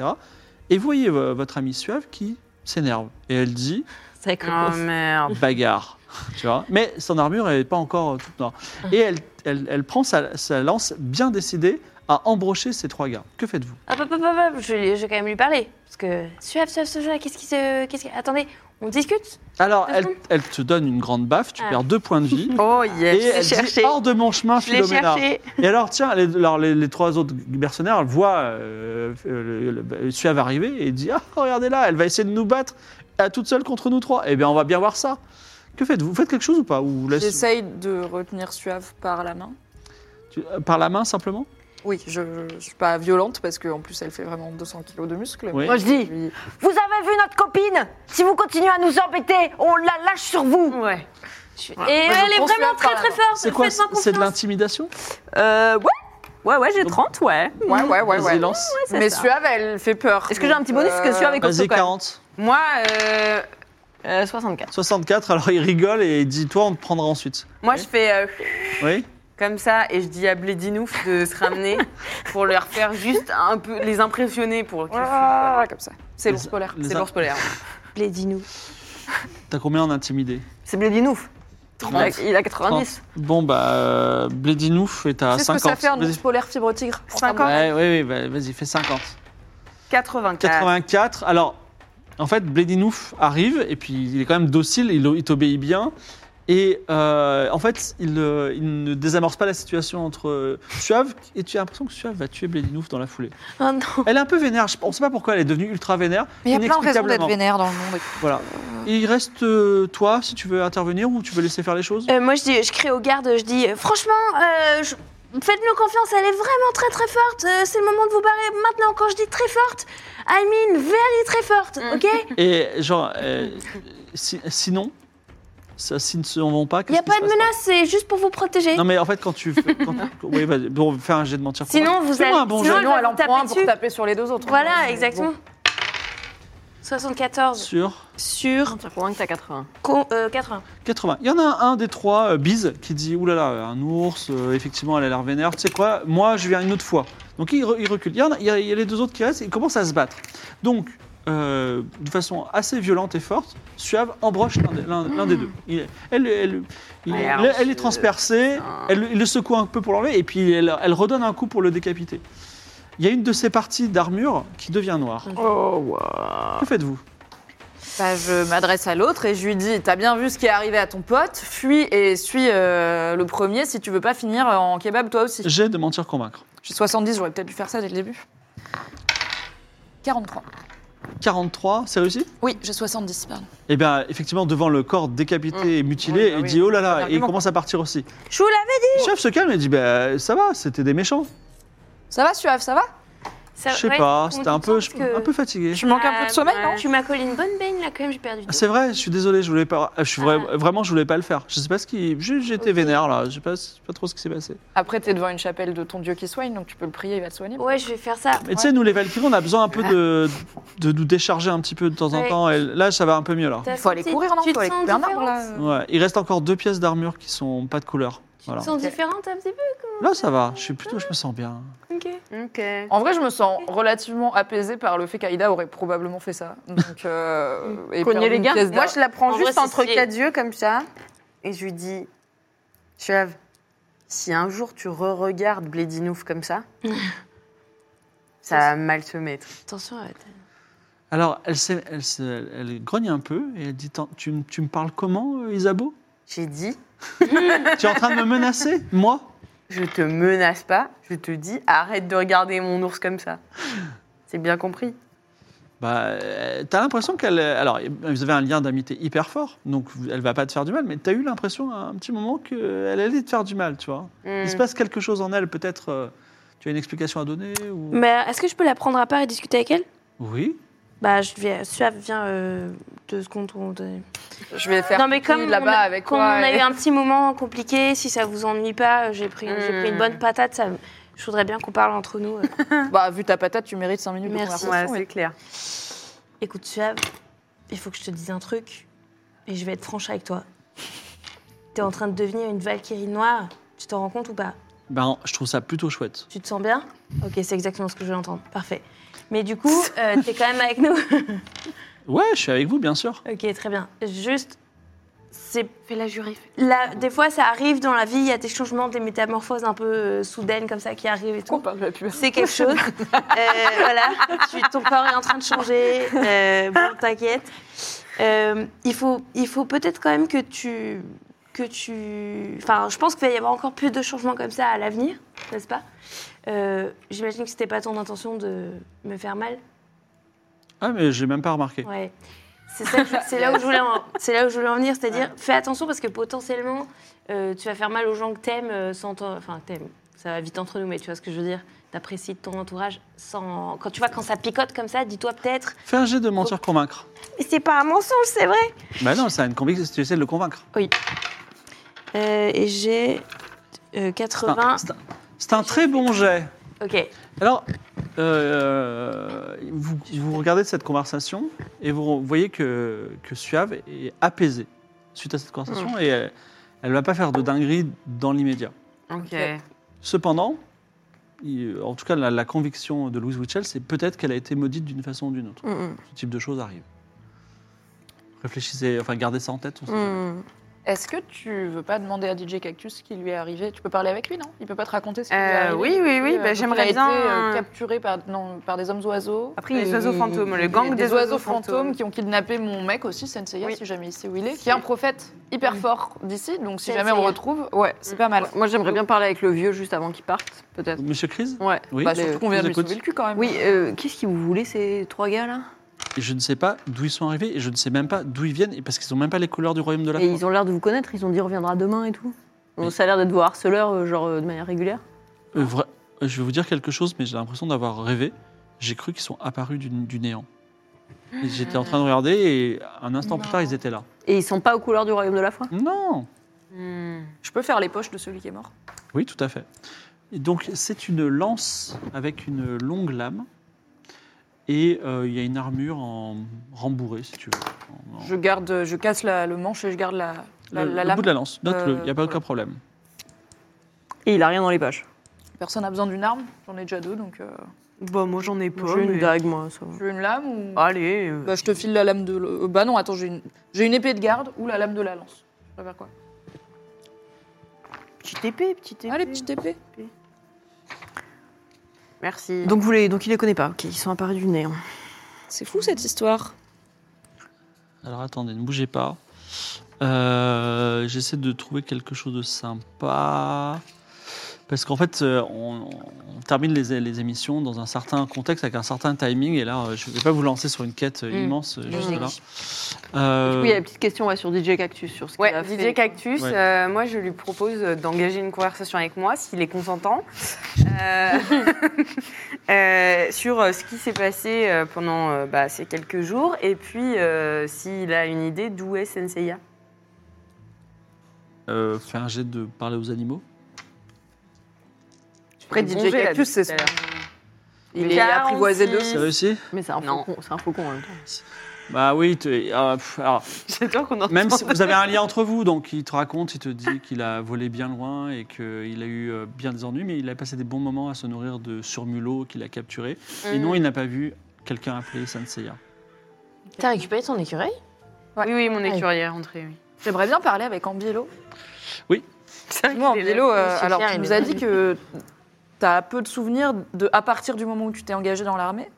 A: Et vous voyez vo- votre amie Suave qui s'énerve. Et elle dit
F: Ça
B: Oh
F: commence.
B: merde.
A: Bagarre. tu vois Mais son armure, elle n'est pas encore euh, toute noire. Et elle, elle, elle prend sa, sa lance bien décidée à embrocher ces trois gars. Que faites-vous
C: Ah, pop, pop, pop, pop, je, je vais quand même lui parler. Parce que. Suave, suave, suave, qu'est-ce qui se. Qu'est-ce qui... Attendez, on discute
A: Alors,
C: Par
A: elle,
C: contre-
A: elle te donne une grande baffe, tu
C: Ah.
A: perds deux points de vie.
B: Oh
A: Et
B: yes.
A: elle dit hors de mon chemin, Philomena. Et alors, tiens, les, alors, les, les trois autres mercenaires elles voient euh, euh, le- le- Suave arriver et dit Ah, regardez là, elle va essayer de nous battre à toute seule contre nous trois. Eh bien, on va bien voir ça. Que faites-vous Vous faites quelque chose ou pas Ou vous laissez-
D: J'essaye de retenir Suave par la main.
A: tu- euh, Par la main simplement
D: Oui, je ne suis pas violente parce qu'en plus elle fait vraiment 200 kilos de muscles.
A: Oui.
F: Moi, je dis.
D: Lui-
F: Vous avez vu notre copine Si vous continuez à nous embêter, on la lâche sur vous.
B: Ouais.
C: Et
D: Moi, je
C: elle est
D: prends Suave
C: vraiment
D: par
C: très
D: la
C: très
D: main.
C: forte
A: C'est quoi
C: Faites-moi
A: C'est de
C: confiance.
A: l'intimidation
E: Euh, ouais. Ouais, ouais, j'ai 30, ouais.
D: Ouais, ouais, ouais.
A: Vas-y,
D: ouais.
A: lance.
E: c'est
D: Mais
E: ça.
D: Suave, elle fait peur.
E: Est-ce que j'ai un petit bonus Parce que Suave est costaud
A: Vas-y,
E: quand même.
A: 40.
B: Euh, Moi, euh,
E: Euh, 64.
A: 64, alors il rigole et il dit Toi, on te prendra ensuite.
B: moi je fais euh,
A: Oui
B: comme ça et je dis à Blédinouf de se ramener pour leur faire juste un peu les impressionner pour qu'ils fuient, quoi.
D: Ah, comme ça. C'est
A: Les-
D: l'ours polaire.
A: les-
B: C'est l'ours polaire.
C: Plaidis-nous.
A: T'as combien en intimidé
E: C'est Blédinouf. Il a, il a 90.
A: Bon, bah, euh, Blédinouf est à
D: C'est ce que
A: 50.
D: ça fait un
A: Vas-y.
D: ours polaire fibre tigre. en termes de-
B: 50.
A: Ouais, ouais, ouais, bah, vas-y, fais 50.
B: 84.
A: 84. Alors, en fait, Blédinouf arrive, et puis il est quand même docile, il, il t'obéit bien. Et euh, en fait, il, euh, il ne désamorce pas la situation entre euh, Suave, et tu as l'impression que Suave va tuer Blédinouf dans la foulée.
C: Oh non
A: Elle est un peu vénère, je- on ne sait pas pourquoi elle est devenue ultra vénère.
D: Mais il y a plein de raisons d'être
A: Inexplicablement.
D: vénère dans le monde.
A: Voilà. Il reste euh, toi, si tu veux intervenir ou tu veux laisser faire les choses
C: Euh, Moi, je, dis, je crie aux gardes, je dis euh, Franchement, euh, je- faites-nous confiance, elle est vraiment très très forte. Euh, c'est le moment de vous barrer. Maintenant, quand je dis très forte, I mean very très forte, ok
A: Et genre, euh, si- sinon, ça, si ne se vont pas,
C: Il
A: qu'est-ce
C: n'y a
A: qui
C: pas
A: se
C: de
A: passe
C: menace, c'est juste pour vous protéger.
A: Non mais en fait quand tu... Quand, oui, vas-y. bon, on va faire un jet de mentir.
C: Sinon, vous
A: Fais-moi
C: allez.
A: un bon
C: sinon,
A: jet.
C: elle va
D: elle
C: vous
D: en
C: taper
D: prend un pour
C: dessus.
D: taper sur les deux autres.
C: Voilà,
D: Bon.
C: exactement. 74
A: Sur...
C: sur
E: Ça convainc que t'as 80.
C: co- euh, 80.
A: 80. Il y en a un des trois, euh, Biz, qui dit Oulala, un ours, euh, effectivement, elle a l'air vénère, tu sais quoi, moi je viens une autre fois. Donc il, re- il recule. Il y, en a, il y a- il y a les deux autres qui restent, ils commencent à se battre. Donc, euh, de façon assez violente et forte, Suave embroche l'un des- l'un l'un des deux. Il- elle, elle- il-
B: Ouais,
A: elle-
B: alors,
A: elle est transpercée, elle, il le secoue un peu pour l'enlever, et puis elle, elle redonne un coup pour le décapiter. Il y a une de ses parties d'armure qui devient noire.
D: Oh, wow.
A: Que faites-vous
D: Bah,
B: euh,
D: je m'adresse à l'autre et je lui dis T'as bien vu ce qui est arrivé à ton pote, fuis et suis euh, le premier si tu veux pas finir en kebab toi aussi.
A: J'ai de mentir convaincre.
D: J'ai 70, j'aurais peut-être dû faire ça dès le début. 43.
A: 43, c'est réussi
D: Oui, j'ai 70, pardon.
A: Eh bien, effectivement, devant le corps décapité
C: Mm.
A: et mutilé,
D: Oui, bah
A: il
D: oui.
A: dit oh là là, et il
D: Argument.
A: commence à partir aussi.
C: Je vous l'avais
A: Le chef se calme et dit bah, ça va, c'était des méchants.
D: Ça va, Suave, ça va
C: Ça-
A: je sais
C: ouais,
A: pas,
C: on
A: c'était un
C: dit
A: peu,
C: parce
A: je-
C: que-
A: un peu fatigué.
D: Tu manques un peu
C: Ah,
D: de sommeil,
B: ouais.
D: non
C: Tu m'as collé une bonne baigne là, quand même, j'ai perdu
A: Ah,
C: du
A: C'est
C: temps.
A: vrai, je suis désolé, je voulais pas, je suis vra-
C: Ah.
A: vraiment, je voulais pas le faire. Je sais pas ce qui, j'ai- j'étais vénère là, je sais pas, je sais pas trop ce qui s'est passé.
D: Après, t'es devant une chapelle de ton dieu qui soigne, donc tu peux le prier, il va te soigner.
C: Ouais, je vais faire ça.
A: Mais tu sais, nous les Valkyries, on a besoin un peu de, de nous décharger un petit peu de temps en
C: Ouais.
A: temps. Et là, ça va un peu mieux là.
C: T'as
D: Faut aller
C: senti-
D: courir, non
C: Tu
D: Faut
C: te
D: aller
C: sens
D: couper un
C: différente
D: arbre, là.
A: Ouais, il reste encore deux pièces d'armure qui sont pas de couleur.
C: Tu
A: Voilà.
C: te sens différente un petit peu
A: Là, ça va. Je suis plutôt, je me sens bien.
C: Ok.
B: Ok.
D: En vrai, je me sens relativement apaisée par le fait qu'Aïda aurait probablement fait ça. Donc, euh, et
E: Cogner
D: perdu
E: les
D: une
E: gars.
D: pièce
B: Moi
D: d'or.
B: je la prends
E: En
B: juste
E: vrai, c'est
B: entre
E: stylé.
B: quatre yeux comme ça et je lui dis Chave, si un jour tu re-regardes Blédinouf comme ça, ça va mal se mettre.
C: Attention, arrête.
A: Alors, elle, s'est- elle, s'est- elle, elle grogne un peu et elle dit Tant- tu, me- tu me parles comment, euh, Isabeau
B: J'ai dit
A: Tu es en train de me menacer Moi
B: Je te menace pas, je te dis arrête de regarder mon ours comme ça. C'est bien compris.
A: Bah, euh, t'as l'impression qu'elle. euh, Alors, vous avez un lien d'amitié hyper fort, donc vous- elle va pas te faire du mal, mais t'as eu l'impression à un petit moment qu'elle allait te faire du mal, tu vois. Il se
B: Hmm.
A: passe quelque chose en elle, peut-être. euh, tu as une explication à donner ou...
C: Mm. Mais est-ce que je peux la prendre à part et discuter avec elle
A: Oui.
C: Bah, je viens, Suave, viens euh, deux secondes. on te-
D: Je vais faire
C: Non, mais
D: pipi
C: comme on
D: là-bas
C: a,
D: avec
C: comme
D: quoi
C: on a
D: et-
C: eu un petit moment compliqué, si ça vous ennuie pas, euh, j'ai pris, j'ai pris une
B: Hmm.
C: bonne patate. Ça, me- je voudrais bien qu'on parle entre nous. euh.
D: Bah, vu ta patate, tu mérites 5 minutes
C: Merci.
D: de
B: Ouais,
D: conversation.
B: c'est clair.
C: Écoute, Suave, il faut que je te dise un truc et je vais être franche avec toi. T'es en train de devenir une Valkyrie noire. Tu t'en rends compte ou pas
A: Ben, je trouve ça plutôt chouette.
C: Tu te sens bien Ok, c'est exactement ce que je veux entendre. Parfait. Mais du coup, euh, t'es quand même avec nous.
A: Ouais, je suis avec vous, bien sûr.
C: ok, très bien. Juste, c'est
B: Fais la jurée.
C: là, des fois, ça arrive dans la vie. Il y a des changements, des métamorphoses un peu euh, soudaines comme ça qui arrivent et tout. C'est quelque chose. Euh, voilà, tu- ton corps est en train de changer. Euh, bon, t'inquiète. Euh, il faut, il faut peut-être quand même que tu, que tu. Enfin, je pense qu'il va y avoir encore plus de changements comme ça à l'avenir, n'est-ce pas Euh, J'imagine que c'était pas ton intention de me faire mal.
A: Ah, mais j'ai même pas remarqué.
C: Ouais. C'est ça que je- c'est là où je voulais en, c'est là où je voulais en venir, c'est-à-dire fais attention parce que potentiellement euh, tu vas faire mal aux gens que t'aimes euh, sans ton- enfin que t'aimes. Ça va vite entre nous, mais tu vois ce que je veux dire. T'apprécies ton entourage sans quand tu vois quand ça picote comme ça, dis-toi peut-être.
A: Fais un jet de mentir convaincre.
C: Mais c'est pas un mensonge, c'est vrai.
A: Bah non, ça a une conviction, tu essaies de le convaincre.
C: Euh, et j'ai euh, 80.
A: Enfin, c'est un- C'est un très bon jet.
C: Ok.
A: Alors, euh, vous, vous regardez cette conversation et vous voyez que, que Suave est apaisée suite à cette
D: Mm.
A: conversation et elle- elle ne va pas faire de dinguerie dans l'immédiat.
B: Ok.
A: Cependant, il- en tout cas, la, la conviction de Louise Witchell, c'est peut-être qu'elle a été maudite d'une façon ou d'une autre.
E: Mm,
A: Ce type de choses arrive. Réfléchissez, enfin gardez ça en tête. on sait
E: mm, mm.
D: Est-ce que tu veux pas demander à DJ Cactus ce qui lui est arrivé Tu peux parler avec lui, non Il peut pas te raconter ce qui lui est
B: Euh,
D: arrivé.
B: oui, oui, oui,
D: Euh,
B: bah,
D: donc
B: j'aimerais
D: Il a été
B: bien,
D: euh,
B: euh,
D: capturé par, non, par des hommes oiseaux.
B: Après, les oiseaux fantômes, le gang des oiseaux fantômes.
D: qui ont kidnappé mon mec aussi, Senseiya,
B: Oui.
D: si jamais il sait où il est, qui est un prophète hyper fort d'ici, donc si jamais on
C: Senseiya.
D: le retrouve, ouais, c'est pas mal.
E: Moi, j'aimerais bien parler avec le vieux juste avant qu'il parte, peut-être.
A: pas. Monsieur Crise,
E: Ouais.
A: Oui.
D: Bah,
E: Les-
D: surtout qu'on vient
A: je
D: de
A: vous
D: lui
A: écoute.
D: sauver le cul quand même.
E: Oui, euh, qu'est-ce qu'ils vous voulez, ces trois gars là
A: je ne sais pas d'où ils sont arrivés et je ne sais même pas d'où ils viennent et parce qu'ils n'ont même pas les couleurs du royaume de la
E: Et
A: foi.
E: ils ont l'air de vous connaître, ils ont dit on reviendra demain et tout. Donc, ça a l'air d'être vos harceleurs, euh, genre euh, de manière régulière.
A: Euh, vra- euh, Je vais vous dire quelque chose, mais j'ai l'impression d'avoir rêvé. J'ai cru qu'ils sont apparus du, du néant. Et J'étais en train de regarder et un instant plus tard, ils étaient là.
E: Et ils sont pas aux couleurs du royaume de la foi
A: Non
D: Je peux faire les poches de celui qui est mort.
A: Oui, tout à fait. Et donc, c'est une lance avec une longue lame. Et euh, il y a une armure en rembourrée, si tu veux. En- en-
D: Je garde, je casse la- le manche et je garde la, la,
A: le,
D: la
A: le
D: lame.
A: bout de la lance, note-le, il n'y
D: Euh,
A: a pas
D: voilà.
A: aucun problème.
E: Et il a rien dans les poches.
D: Personne n'a besoin d'une arme, j'en ai déjà deux, donc euh,
B: Bon, moi j'en ai pas.
E: J'ai une
B: mais-
E: dague, moi, ça va.
D: tu veux une lame ou
B: Allez. euh,
D: Bah, je te file la lame de. euh, Bah non, attends, j'ai une, j'ai une épée de garde ou la lame de la lance. Je préfère quoi
B: Petite épée, petite épée.
D: Allez, petite épée.
B: Merci.
E: Donc, vous les... Donc il les connaît pas, ok, ils sont apparus du hein. néant.
D: C'est fou cette histoire.
A: Alors, attendez, ne bougez pas. Euh, J'essaie de trouver quelque chose de sympa. Parce qu'en fait, euh, on, on termine les, les émissions dans un certain contexte, avec un certain timing. Et là, euh, je ne vais pas vous lancer sur une quête euh,
C: Mm.
A: immense, euh, juste
E: Logique.
A: là.
E: Du
A: Euh,
E: coup, il y a la petite question ouais, sur DJ Cactus, sur ce qu'il
B: Ouais,
E: a
B: DJ
E: fait.
B: Cactus,
A: Ouais.
B: euh, moi je lui propose d'engager une conversation avec moi, s'il est consentant, euh, euh, sur euh, ce qui s'est passé euh, pendant euh, bah, ces quelques jours, et puis euh, s'il a une idée d'où est Senseiya.
A: euh, fais un jet de parler aux animaux.
E: Après,
B: Bon
E: DJ
B: jet, là,
E: Cactus,
B: depuis
E: c'est
B: tout à l'heure.
E: Il est apprivoisé de...
A: C'est réussi
E: Mais c'est un,
B: Non.
E: faucon, c'est un faucon en même temps.
A: Bah oui, tu- ah, pff, alors,
B: J'adore qu'on entende.
A: Même si vous avez un lien entre vous, donc il te raconte, il te dit qu'il a volé bien loin et qu'il a eu euh, bien des ennuis, mais il a passé des bons moments à se nourrir de surmulots qu'il a capturés. Et non, il n'a pas vu quelqu'un appeler Senseiya.
C: T'as récupéré ton écureuil
B: Oui, oui, mon écurier est rentré, oui.
D: J'aimerais bien parler avec Ambielo.
B: C'est vrai
D: Moi,
B: qu'il est
D: Ambielo,
C: là.
D: euh,
C: Oui, c'est
D: alors
C: clair,
D: tu
C: il
D: nous
C: est
D: as
C: là.
D: dit que t'as peu de souvenirs de à partir du moment où tu t'es engagé dans l'armée.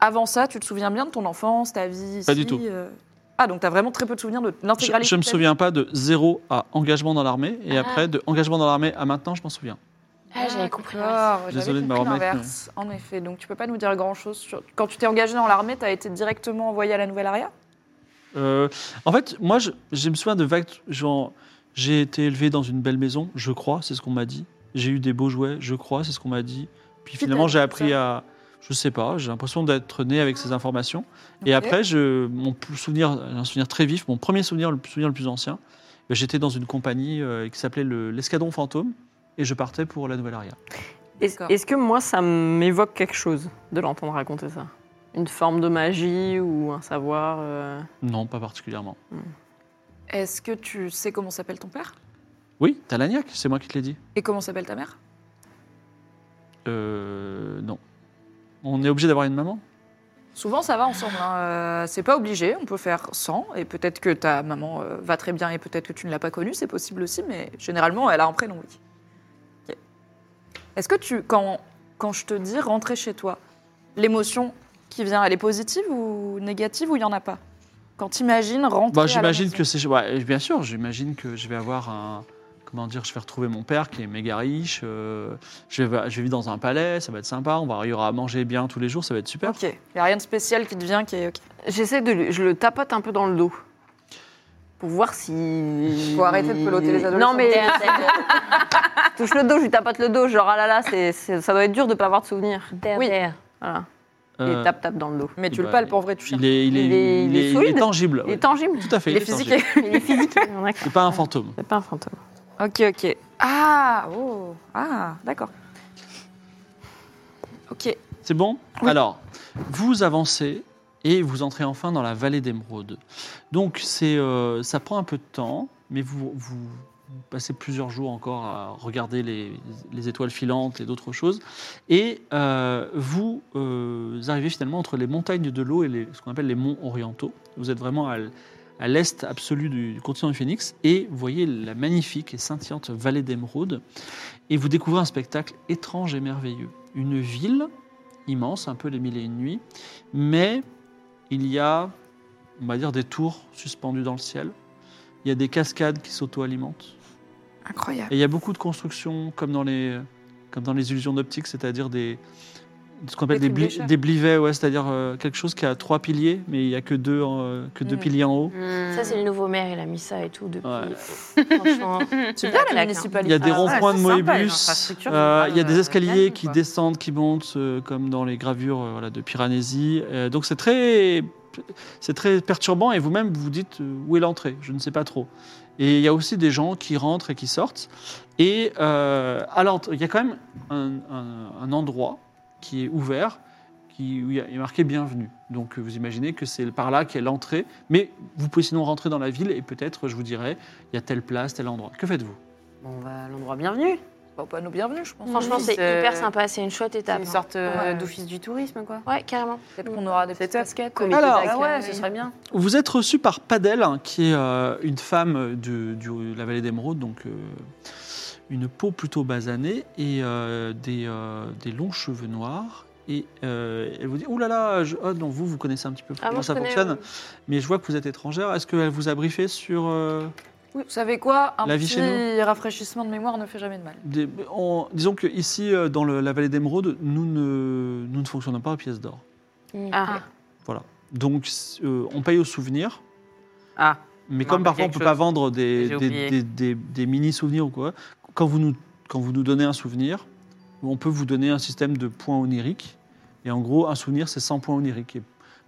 D: Avant ça, tu te souviens bien de ton enfance, ta vie ici
A: Pas du tout.
D: euh, Ah, donc t'as vraiment très peu de souvenirs de
A: Je,
D: l'intégralité.
A: je me
D: de ta vie.
A: souviens pas de zéro à engagement dans l'armée, et après de engagement dans l'armée à maintenant, je m'en souviens.
C: Ah, j'avais compris.
D: D'accord, j'avais
A: Désolé de
D: compris
A: m'avoir maintenu.
D: l'inverse, En effet, donc tu peux pas nous dire grand-chose. sur- Quand tu t'es engagé dans l'armée, t'as été directement envoyé à la nouvelle aria
A: Euh, en fait, moi, je, je me souviens de vagues, genre, j'ai été élevé dans une belle maison, je crois, c'est ce qu'on m'a dit. J'ai eu des beaux jouets, je crois, c'est ce qu'on m'a dit. Puis
D: Qui t'a
A: finalement,
D: dit
A: j'ai
D: ça
A: appris à... Je sais pas, j'ai l'impression d'être né avec ces informations. Et après, je, mon p- souvenir, j'ai un souvenir très vif, mon premier souvenir, le souvenir le plus ancien, ben, j'étais dans une compagnie euh, qui s'appelait le- l'Escadron Fantôme et je partais pour la Nouvelle-Aria.
E: Est-ce
D: D'accord.
E: est-ce que moi, ça m'évoque quelque chose de l'entendre raconter ça Une forme de magie ou un savoir euh,
A: Non, pas particulièrement.
D: Est-ce que tu sais comment s'appelle ton père
A: Oui, Talagnac, c'est moi qui te l'ai dit.
D: Et comment s'appelle ta mère
A: Euh, non. On est obligé d'avoir une maman
D: Souvent, ça va ensemble. hein. Euh, c'est pas obligé. On peut faire sans. Et peut-être que ta maman euh, va très bien et peut-être que tu ne l'as pas connue. C'est possible aussi. Mais généralement, elle a un prénom, oui. Ok. Est-ce que tu, quand, quand je te dis rentrer chez toi, l'émotion qui vient, elle est positive ou négative ou il n'y en a pas Quand tu imagines rentrer.
A: Bah,
D: à la
A: j'imagine
D: maison.
A: que c'est. ouais, bien sûr, j'imagine que je vais avoir un. Comment dire, je vais retrouver mon père qui est méga riche. euh, je, vais, je vais vivre dans un palais, ça va être sympa. On va, il y aura à manger bien tous les jours, ça va être super.
D: Ok. Il n'y a rien de spécial qui te vient qui est. ok.
E: J'essaie de lui- Je le tapote un peu dans le dos. Pour voir si.
B: Faut arrêter de peloter les adolescents.
E: Non, mais. Je touche le dos, je lui tapote le dos. Genre, ah là là, c'est- c'est- ça doit être dur de pas avoir de souvenirs.
C: Oui.
E: Voilà.
A: Euh,
E: Et tape, tape dans le dos.
D: Mais tu
A: bah,
D: le palpes en vrai, tu cherches.
A: il est, il est,
E: Il est-
A: il
E: il est
A: est- il est
E: solide.
A: tangible.
E: Il
A: ouais.
E: est tangible.
A: Tout à fait.
D: Il est
A: est tangible.
D: physique.
E: Il est physique.
A: C'est pas un fantôme.
E: C'est pas un fantôme.
D: Ok, ok. Ah, oh, ah, d'accord. Ok.
A: C'est bon Alors, vous avancez et vous entrez enfin dans la vallée d'Émeraude. Donc, c'est, euh, ça prend un peu de temps, mais vous, vous passez plusieurs jours encore à regarder les, les étoiles filantes et d'autres choses. Et euh, vous euh, arrivez finalement entre les montagnes de l'eau et les- ce qu'on appelle les monts orientaux. Vous êtes vraiment à, l- à l'est absolu du, du continent du Phénix et vous voyez la magnifique et scintillante vallée d'Émeraude. Et vous découvrez un spectacle étrange et merveilleux. Une ville immense, un peu les mille et une nuits, mais il y a, on va dire, des tours suspendues dans le ciel. Il y a des cascades qui s'auto-alimentent.
D: Incroyable.
A: Et il y a beaucoup de constructions, comme dans les, comme dans les illusions d'optique, c'est-à-dire des, ce qu'on appelle des,
D: Des cubes
A: bli-
D: d'échelle.
A: des blivets, ouais, c'est-à-dire euh, quelque chose qui a trois piliers, mais il n'y a que deux, euh, que deux
D: Mm.
A: piliers en haut.
B: Hmm.
C: Ça, c'est le nouveau maire, il a mis ça et tout depuis.
A: Ouais.
C: Franchement.
D: Super la
C: Claque, hein.
D: municipalité.
A: Il y a des
B: Ah ouais,
A: ronds-points de
B: c'est sympa, les
A: Moebius,
B: infrastructures,
A: euh,
B: c'est
A: il y a
B: pas,
A: des
B: euh,
A: escaliers
B: classe,
A: qui
B: quoi.
A: descendent, qui montent, euh, comme dans les gravures euh, voilà, de Piranesi. Euh, donc c'est très, c'est très perturbant et vous-même vous dites euh, où est l'entrée, je ne sais pas trop. Et il y a aussi des gens qui rentrent et qui sortent. Et euh, alors il y a quand même un, un- un endroit qui est ouvert, qui où il y a- il est marqué bienvenue. Donc euh, vous imaginez que c'est par là qu'est l'entrée, mais vous pouvez sinon rentrer dans la ville et peut-être je vous dirai il y a telle place, tel endroit. Que faites-vous
B: Bon, on va à l'endroit bienvenu.
D: Bon, bah, nous bienvenus, je pense.
C: Franchement,
B: Oui,
C: c'est
B: c'est-
C: hyper sympa, c'est une chouette
B: C'est
C: étape.
B: une
C: hein.
B: sorte euh,
D: Ouais.
B: d'office du tourisme, quoi.
C: Ouais, carrément.
D: Peut-être qu'on aura des petites
B: top.
D: casquettes.
B: Comité
A: Alors,
B: d'accueil.
D: ah ouais,
B: ce serait bien.
A: Vous êtes reçu par Padel, hein, qui est euh, une femme de, du- de la vallée d'Émeraude, donc euh, une peau plutôt basanée et euh, des, euh, des longs cheveux noirs. Et euh, elle vous dit, Ouh là là, je- ah non, vous, vous connaissez un petit peu
C: Ah,
A: comment
C: moi,
A: ça
C: je connais,
A: fonctionne,
C: euh,
A: mais je vois que vous êtes étrangère. Est-ce qu'elle vous a briefé sur... euh,
D: Oui, vous savez quoi Un
A: La vie chez
D: petit rafraîchissement de mémoire ne fait jamais de mal.
A: des- on- disons qu'ici, dans le- la vallée d'Émeraude, nous ne, nous ne fonctionnons pas aux pièces d'or.
C: Mm.
B: Ah.
A: Donc, euh, on paye au souvenir.
B: Ah.
A: Mais
B: Non,
A: comme
B: mais
A: parfois on ne
B: quelque
A: peut
B: chose.
A: pas vendre des,
B: J'ai
A: des-
B: oublié.
A: des- des- des mini-souvenirs ou quoi, quand vous, nous, quand vous nous donnez un souvenir, on peut vous donner un système de points oniriques. Et en gros, un souvenir, c'est 100 points oniriques. Et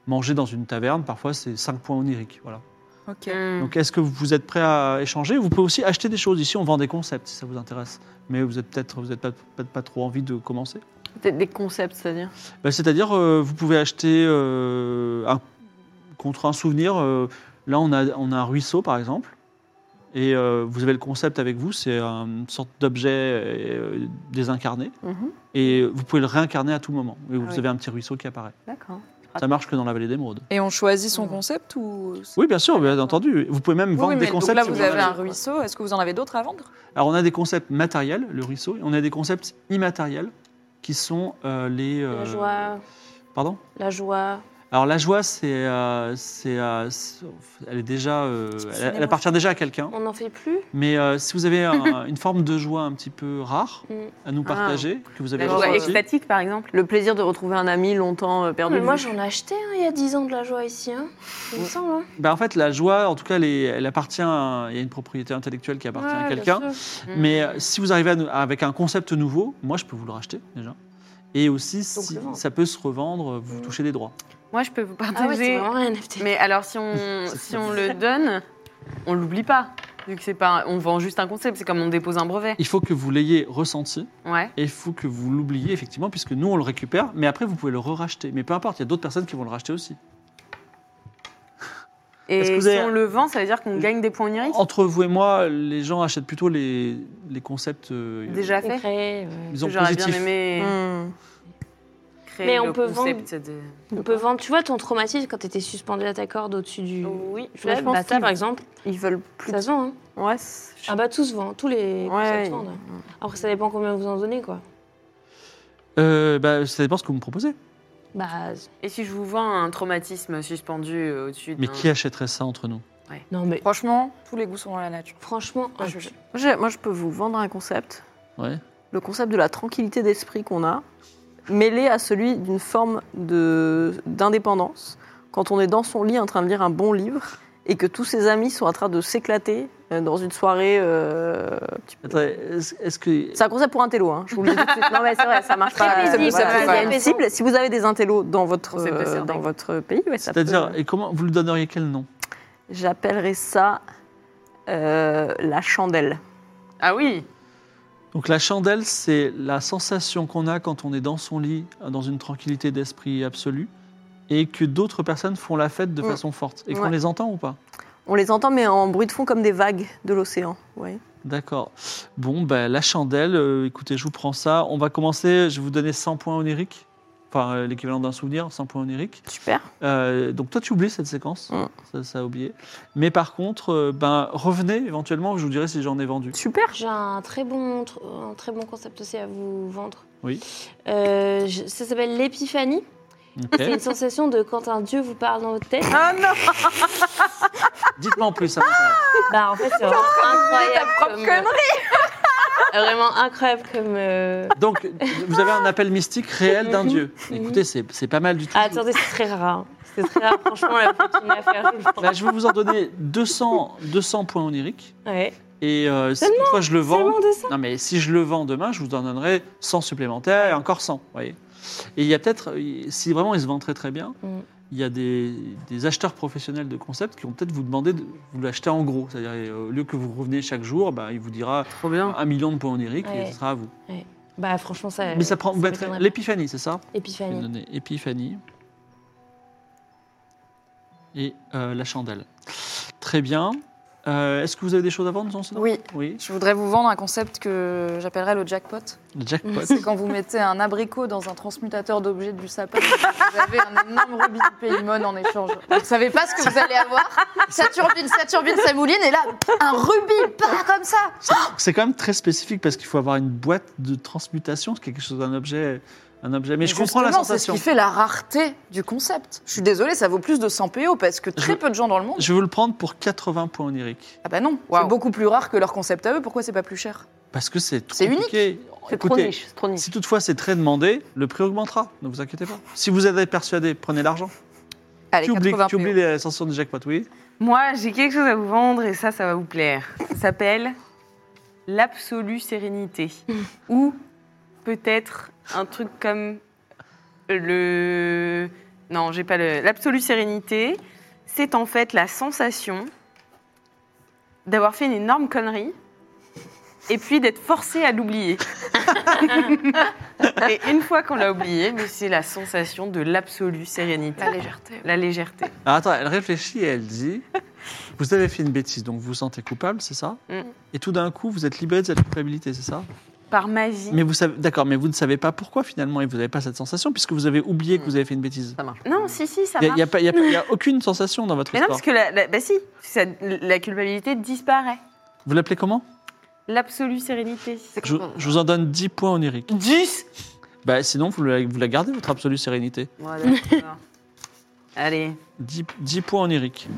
A: manger dans une taverne, parfois, c'est 5 points oniriques. Voilà.
D: Ok.
B: Hmm.
A: Donc, est-ce que vous êtes prêt à échanger Vous pouvez aussi acheter des choses. Ici, on vend des concepts, si ça vous intéresse. Mais vous n'êtes peut-être vous êtes pas, peut-être pas trop envie de commencer.
E: Des, des concepts, c'est-à-dire.
A: Bah, C'est-à-dire, euh, vous pouvez acheter euh, un- contre un souvenir. euh, là, on a, on a un ruisseau, par exemple. Et euh, vous avez le concept avec vous, c'est une sorte d'objet euh, désincarné.
E: Mhm.
A: Et vous pouvez le réincarner à tout moment. Et
D: Ah
A: vous
E: oui.
A: avez un petit ruisseau qui apparaît.
E: D'accord.
A: Ça marche que dans la vallée d'Émeraude.
D: Et on choisit son concept ou.
A: Oui, bien sûr, bien entendu. Vous pouvez même
D: Oui,
A: vendre
D: oui, mais
A: des
D: donc
A: concepts.
D: Là,
A: si
D: vous
A: voulez.
D: avez un ruisseau. Est-ce que vous en avez d'autres à vendre
A: Alors, on a des concepts matériels, le ruisseau, et on a des concepts immatériels, qui sont euh, les.
C: La
A: euh,
C: joie,
A: Pardon
C: la joie.
A: Alors la joie, c'est, euh, c'est, euh, c'est- elle est déjà, euh, elle, elle appartient déjà à quelqu'un.
C: On n'en fait plus
A: Mais euh, si vous avez un- une forme de joie un petit peu rare
C: Mm.
A: à nous partager, que vous avez
B: La joie
A: ressentie,
B: extatique, par exemple.
E: Le plaisir de retrouver un ami longtemps euh,
C: Ah,
E: perdu.
C: mais
E: de
C: Moi,
E: vue.
C: j'en ai acheté hein, il y a 10 ans de la joie ici. Hein. Il me semble. hein.
A: ben, en fait la joie, en tout cas, elle, est- elle appartient, à, il y a une propriété intellectuelle qui appartient à
C: Ouais, bien
A: quelqu'un.
C: sûr.
A: Mais euh, si vous arrivez à nous- avec un concept nouveau, moi je peux vous le racheter déjà. Et aussi, si
C: le vendre. Mmh.
A: ça peut se revendre, vous touchez des droits.
B: Moi, je peux vous
C: Ah ouais,
B: partager.
C: c'est vraiment un NFT.
B: mais alors, si on, si on le donne, on l'oublie pas. Vu que c'est pas, on vend juste un concept, c'est comme on dépose un brevet.
A: Il faut que vous l'ayez ressenti
B: Ouais.
A: et il faut que vous l'oubliez, effectivement, puisque nous, on le récupère, mais après, vous pouvez le re-racheter. Mais peu importe, il y a d'autres personnes qui vont le racheter aussi. Est-ce que
B: Et
A: vous
B: si
A: avez- Oh,
B: on le vend, ça veut dire qu'on gagne des points oniriques
A: Entre vous et moi, les gens achètent plutôt les, les concepts. euh,
B: déjà fait.
C: Après, ouais.
A: Disons
B: J'aurais
A: positifs.
B: bien aimé
E: Hmm.
B: créer
C: Mais on
B: le
C: peut
B: concept de.
C: on peut vendre, tu vois, ton traumatisme quand t'étais suspendu à ta corde au-dessus du.
E: Oui,
C: fleuve,
E: franchement,
C: bah, ça, par exemple,
E: Ils veulent plus.
C: ça se vend. Hein.
E: Ouais, c'est-
C: Ah bah tout se vend, tous les
E: Ouais,
C: concepts se vendent. Après, ça dépend combien vous en donnez, quoi.
A: Euh, bah, ça dépend ce que vous me proposez.
C: Bah
B: Et si je vous vends un traumatisme suspendu euh, au-dessus
A: Mais
E: Ah.
B: d'un-
A: qui achèterait ça entre nous
C: non, mais Ah,
D: Franchement, tous les goûts sont dans la nature.
C: franchement, un-
D: Moi, je-
E: Moi, j'ai- Moi, je peux vous vendre un concept.
A: Ouais.
E: le concept de la tranquillité d'esprit qu'on a, mêlé à celui d'une forme de- d'indépendance, quand on est dans son lit en train de lire un bon livre et que tous ses amis sont en train de s'éclater euh, dans une soirée. euh, petit peu-
A: Attends, est-ce est-ce que.
E: C'est un concept pour un télo, hein, je vous le dis tout de suite. Non, mais c'est vrai, ça marche pas.
C: paisible,
E: ça peut- ça
B: très
E: peut- il y a une
C: apaisant.
E: cible. Si vous avez des intellos dans votre,
B: Concept de
E: euh,
B: cerveau.
E: dans votre pays, ouais, ça
A: C'est-à-dire,
E: peut-
A: et comment vous lui donneriez quel nom
E: J'appellerais ça euh, la chandelle.
B: Ah oui
A: Donc la chandelle, c'est la sensation qu'on a quand on est dans son lit, dans une tranquillité d'esprit absolue, et que d'autres personnes font la fête de
E: Mm.
A: façon forte, et qu'on
E: Ouais.
A: les entend ou pas
E: On les entend, mais en bruit de fond comme des vagues de l'océan. Ouais.
A: D'accord. Bon, ben, la chandelle, euh, écoutez, je vous prends ça. On va commencer, je vais vous donner 100 points oniriques, enfin euh, l'équivalent d'un souvenir, 100 points oniriques.
E: Super.
A: Euh, donc toi, tu oublies cette séquence,
E: Mm.
A: ça, ça a oublié. Mais par contre, euh, ben, revenez éventuellement, je vous dirai si j'en ai vendu.
E: Super.
C: j'ai un très bon tr- un très bon concept aussi à vous vendre.
A: Oui.
C: Euh, je- ça s'appelle l'épiphanie.
A: Ok.
C: C'est une sensation de quand un dieu vous parle dans votre tête.
D: Ah
A: Dites-moi en plus. hein. ça m'intéresse.
C: Bah en fait, c'est vraiment incroyable. comme, euh, vraiment incroyable comme. euh,
A: Donc, vous avez un appel mystique réel d'un dieu. Écoutez, c'est c'est pas mal du tout.
C: Ah, attendez, c'est très rare. hein. C'est très rare, franchement, la fortune à faire. je le pense.
A: Là, Bah, je vais vous en donner 200, 200 points oniriques.
C: Ouais.
A: Et euh, si toutefois je le vends,
C: Seulement de ça.
A: non mais si je le vends demain, je vous en donnerai 100 supplémentaires et encore 100. vous Voyez. Et il y a peut-être, euh, si vraiment il se vend très très bien,
C: Mm.
A: il y a des, des acheteurs professionnels de concepts qui vont peut-être vous demander de vous l'acheter en gros. C'est-à-dire euh, au lieu que vous reveniez chaque jour, bah, il vous dira
B: Trop bien.
A: un million de points oniriques et
C: Ouais.
A: ce sera à vous.
C: Bah franchement, ça.
A: mais ça prend, bah, vous mettrez
C: m'étonnerait pas.
A: l'épiphanie, c'est ça Je vais
C: Épiphanie.
A: donner Épiphanie et euh, la chandelle. Très bien. Euh, Est-ce que vous avez des choses à vendre dans ce
D: Oui.
A: Oui.
D: Je voudrais vous vendre un concept que j'appellerais le jackpot.
A: Le jackpot.
D: C'est quand vous mettez un abricot dans un transmutateur d'objets du sapin, vous avez un énorme rubis du Paymon en échange. Vous ne savez pas ce que vous allez avoir. Ça turbine, ça turbine, ça mouline, et là, un rubis, pas comme ça.
A: C'est quand même très spécifique parce qu'il faut avoir une boîte de transmutation, c'est quelque chose d'un objet, un objet. Mais je comprends la
D: Justement, C'est
A: sensation.
D: ce qui fait la rareté du concept. Je suis désolée, ça vaut plus de 100 PO parce que très
A: Je-
D: peu de gens dans le monde.
A: Je vais vous le prendre pour 80 points oniriques
D: Ah bah non, c'est beaucoup plus rare que leur concept à eux. Pourquoi c'est pas plus cher
A: parce que c'est trop
D: C'est unique.
A: compliqué.
E: C'est trop
A: Écoutez,
E: niche. C'est trop niche.
A: si toutefois c'est très demandé, le prix augmentera. Ne vous inquiétez pas. Si vous êtes persuadé, prenez l'argent.
D: Allez,
A: Tu oublies,
D: 80
A: tu oublies
D: PO.
A: les ascensions du jackpot, oui.
B: Moi, j'ai quelque chose à vous vendre et ça, ça va vous plaire. Ça s'appelle l'absolue sérénité. Ou peut-être un truc comme le... Non, j'ai pas le... L'absolue sérénité, c'est en fait la sensation d'avoir fait une énorme connerie et puis d'être forcé à l'oublier. et une fois qu'on l'a oublié, mais c'est la sensation de l'absolue sérénité. La légèreté. La légèreté.
A: Alors, attends, elle réfléchit et elle dit Vous avez fait une bêtise, donc vous vous sentez coupable, c'est ça
B: Mm.
A: Et tout d'un coup, vous êtes libéré de cette culpabilité, c'est ça
B: Par magie.
A: Mais vous savez, d'accord, mais vous ne savez pas pourquoi finalement, et vous n'avez pas cette sensation puisque vous avez oublié que vous avez fait une bêtise.
B: Non, si, si, ça
A: Il n'y a,
B: marche.
A: y a pas- y a pas- y a aucune sensation dans votre
B: Mais non,
A: histoire.
B: parce que la, la- bah si, ça- la culpabilité disparaît.
A: Vous l'appelez comment
B: L'absolue sérénité.
A: je, je vous en donne 10 points oniriques.
B: 10
A: Bah, sinon, vous la, vous la gardez, votre absolue sérénité.
B: Allez.
A: 10, 10 points oniriques.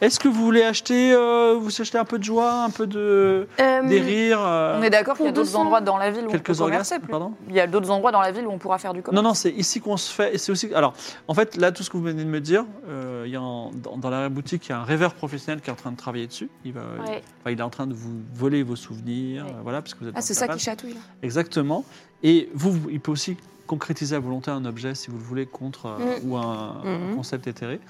A: Est-ce que vous voulez acheter, euh, vous achetez un peu de joie, un peu de,
B: Hum.
C: Euh,
A: des rires euh,
D: On est d'accord qu'il y a
C: Pour
D: d'autres
C: 200.
D: endroits dans la ville où on
A: Quelques
D: peut commercer.
A: orgasmes,
D: plus.
A: pardon
D: Il y a d'autres endroits dans la ville où on pourra faire du commerce.
A: Non, non, c'est ici qu'on se fait. et C'est aussi. Alors, en fait, là, tout ce que vous venez de me dire, euh, il y a un- dans, dans la boutique, il y a un rêveur professionnel qui est en train de travailler dessus. Il, va,
C: Ouais.
A: enfin, il est en train de vous voler vos souvenirs,
C: Ouais.
A: euh, voilà, parce que vous êtes.
D: Ah,
A: dans
D: c'est
A: le
D: ça
A: tabac.
D: qui chatouille. là.
A: Exactement. Et vous, vous- il peut aussi concrétiser à volonté un objet, si vous le voulez, contre euh, ou un, un
E: Mhm.
A: concept éthéré.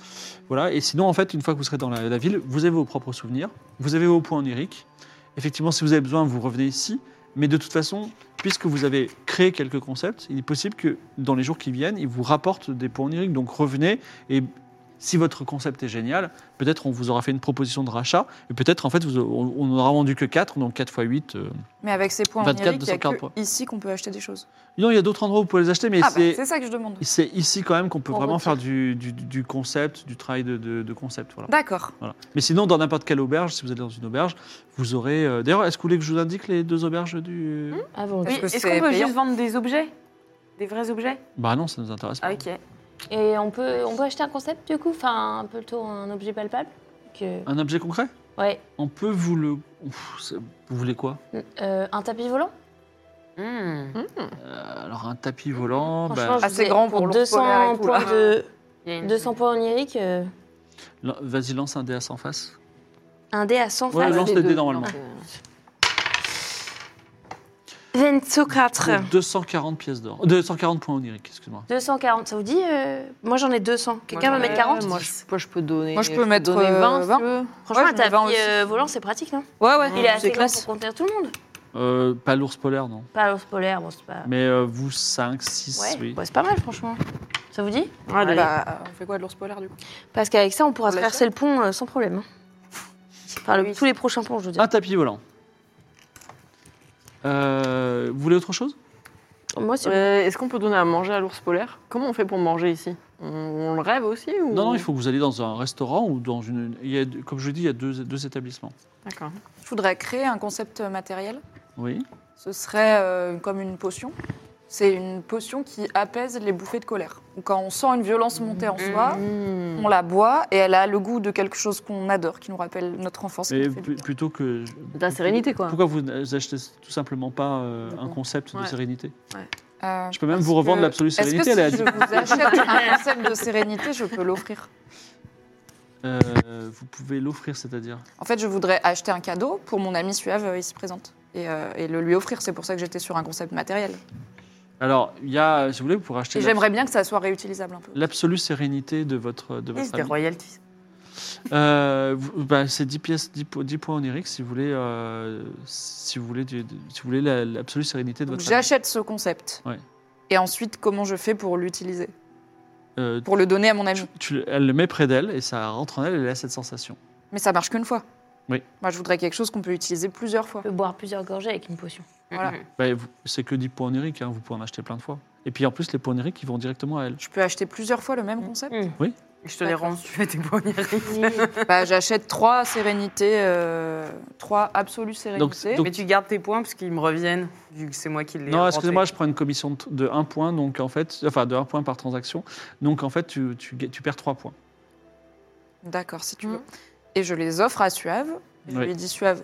A: Voilà. Et sinon, en fait, une fois que vous serez dans la, la ville, vous avez vos propres souvenirs, vous avez vos points oniriques. Effectivement, si vous avez besoin, vous revenez ici. Mais de toute façon, puisque vous avez créé quelques concepts, il est possible que dans les jours qui viennent, ils vous rapportent des points oniriques. Donc revenez et si votre concept est génial, peut-être on vous aura fait une proposition de rachat et peut-être en fait vous- on on n'aura vendu que 4, donc 4 x 8.
D: Mais avec ces points
A: 24,
D: oniriques, il y a
A: 240
D: que
A: points.
D: ici qu'on peut acheter des choses.
A: Non, il y a d'autres endroits où vous pouvez les acheter, mais
D: ah bah,
A: c'est
D: c'est ça que je demande.
A: c'est ici quand même qu'on peut
D: On
A: vraiment
D: retire.
A: faire du, du- du concept, du travail de, de- de concept. Voilà.
D: D'accord.
A: Voilà. Mais sinon, dans n'importe quelle auberge, si vous allez dans une auberge, vous aurez. euh, D'ailleurs, est-ce que vous voulez que je vous indique les deux auberges du.
C: Avant.
B: Oui,
D: que
B: Est-ce
D: c'est
B: qu'on peut
D: payant
B: juste vendre des objets Des vrais objets
A: Bah non, ça nous intéresse pas.
B: Ah, Ok.
G: Et on peut, on peut acheter un concept du coup, enfin un peu plutôt un objet palpable. Que...
A: Un objet concret
G: Ouais,
A: On peut vous le. Ouf, c'est- vous voulez quoi
G: Euh, un tapis volant.
B: Hmm.
A: Euh, Alors, un tapis volant. bah,
G: Franchement, je
D: assez
G: vous ai-
D: Ah, grand pour
G: pour
D: l'ours polaire et
G: 200
D: tout, là.
G: points de
B: Il y a une-
G: 200 points oniriques. euh,
A: lan- Vas-y, lance un dé à 100 faces.
C: Un dé à 100
E: Ah,
A: Ouais,
C: faces.
A: lance les dés normalement.
C: 24.
A: Pour 240 pièces d'or. Euh, 240 points oniriques, excuse-moi.
C: 240, ça vous dit euh, Moi j'en ai 200. Quelqu'un
B: j'en
C: veut
B: ai-
C: mettre 40
E: moi, je, moi, je peux donner.
D: Moi, je peux mettre,
E: donner
D: euh,
E: 20, si tu
D: 20.
E: veux.
C: Franchement,
D: Ouais,
C: un
D: j'en ai vingt
C: tapis
D: aussi.
C: euh, volant, c'est pratique, non
D: Ouais, ouais.
C: Il est assez
D: c'est
C: grand
D: classe.
C: pour contenir tout le monde.
A: Euh, pas l'ours polaire, non.
C: Pas l'ours polaire, bon, c'est pas.
A: Mais euh, vous, 5, 6,
C: Ah. Ouais,
A: oui.
C: bah, c'est pas mal, franchement. Ça vous dit
D: Ah bah, euh, on fait quoi de l'ours polaire du coup
C: Parce qu'avec ça, on pourra
D: On l'a
C: traverser le pont euh, sans problème. hein. Enfin, le- tous les prochains ponts, je veux dire.
A: Un tapis volant. Euh, vous voulez autre chose
D: Ah.
C: Moi, c'est
E: Euh, Est-ce qu'on peut donner à manger à l'ours polaire Comment on fait pour manger ici on, on le rêve aussi ou...
A: Non, non, il faut que vous alliez dans un restaurant ou dans une. il y a- comme je vous dis, il y a deux, deux établissements.
E: D'accord.
D: Je voudrais créer un concept matériel.
A: Oui.
D: Ce serait euh, comme une potion. C'est une potion qui apaise les bouffées de colère. Donc, Quand on sent une violence monter en soi,
E: Hmm. Mm.
D: on la boit et elle a le goût de quelque chose qu'on adore, qui nous rappelle notre enfance. qui
A: Et
D: nous fait du
A: pu-
D: bien.
A: plutôt que.
E: De la sérénité, quoi.
A: Pourquoi vous n'achetez tout simplement pas euh, un concept de
E: Ouais.
A: sérénité
D: Euh,
A: Je peux même
D: parce
A: vous revendre
D: que-
A: l'absolue sérénité,
D: Est-ce que
A: elle a
D: si
A: dit.
D: je vous achète un concept de sérénité, je peux l'offrir
A: Euh, vous pouvez l'offrir, c'est-à-dire.
D: En fait, je voudrais acheter un cadeau pour mon ami Suave euh, ici présente et, euh, et le lui offrir. C'est pour ça que j'étais sur un concept matériel.
A: Alors, il y a, si vous voulez, vous pourrez acheter
D: Et j'aimerais bien que ça soit réutilisable un peu.
A: l'absolue sérénité de votre de
B: Yes,
A: votre
B: des
A: ami.
B: royalties.
A: Mm-hmm. Euh, vous- bah, c'est 10 pièces, 10, po- 10 points oniriques si vous voulez, euh, si vous voulez, du- si vous voulez la- l'absolue sérénité de
D: Donc,
A: votre. ami.
D: J'achète ce concept.
A: Ouais.
D: Et ensuite, comment je fais pour l'utiliser
A: Euh,
D: Pour le donner à mon ami
A: tu le- elle le met près d'elle et ça rentre en elle et elle a cette sensation.
D: Mais ça marche qu'une fois.
A: Oui.
D: Moi, je voudrais quelque chose qu'on peut utiliser plusieurs fois.
G: on peut boire plusieurs gorgées avec une potion.
D: Voilà.
A: Bah, vous- c'est que 10 points oniriques, hein, vous pouvez en acheter plein de fois. Et puis en plus, les points oniriques, ils vont directement à elle.
D: Je peux acheter plusieurs fois le même concept
B: Je te les rends si tu veux tes poignards.
D: bah, J'achète trois sérénités, euh, trois absolues sérénités.
A: donc-
B: Mais tu gardes tes points parce qu'ils me reviennent, vu que c'est moi qui les ai
A: Non,
B: inventés.
A: excusez-moi, je prends une commission de- de 1 point, donc en fait, enfin de 1 point par transaction. Donc en fait, tu, tu, ga- tu perds 3 points.
D: D'accord, si tu veux. Et je les offre à Suave. Je
A: Oui.
D: lui dis, Suave,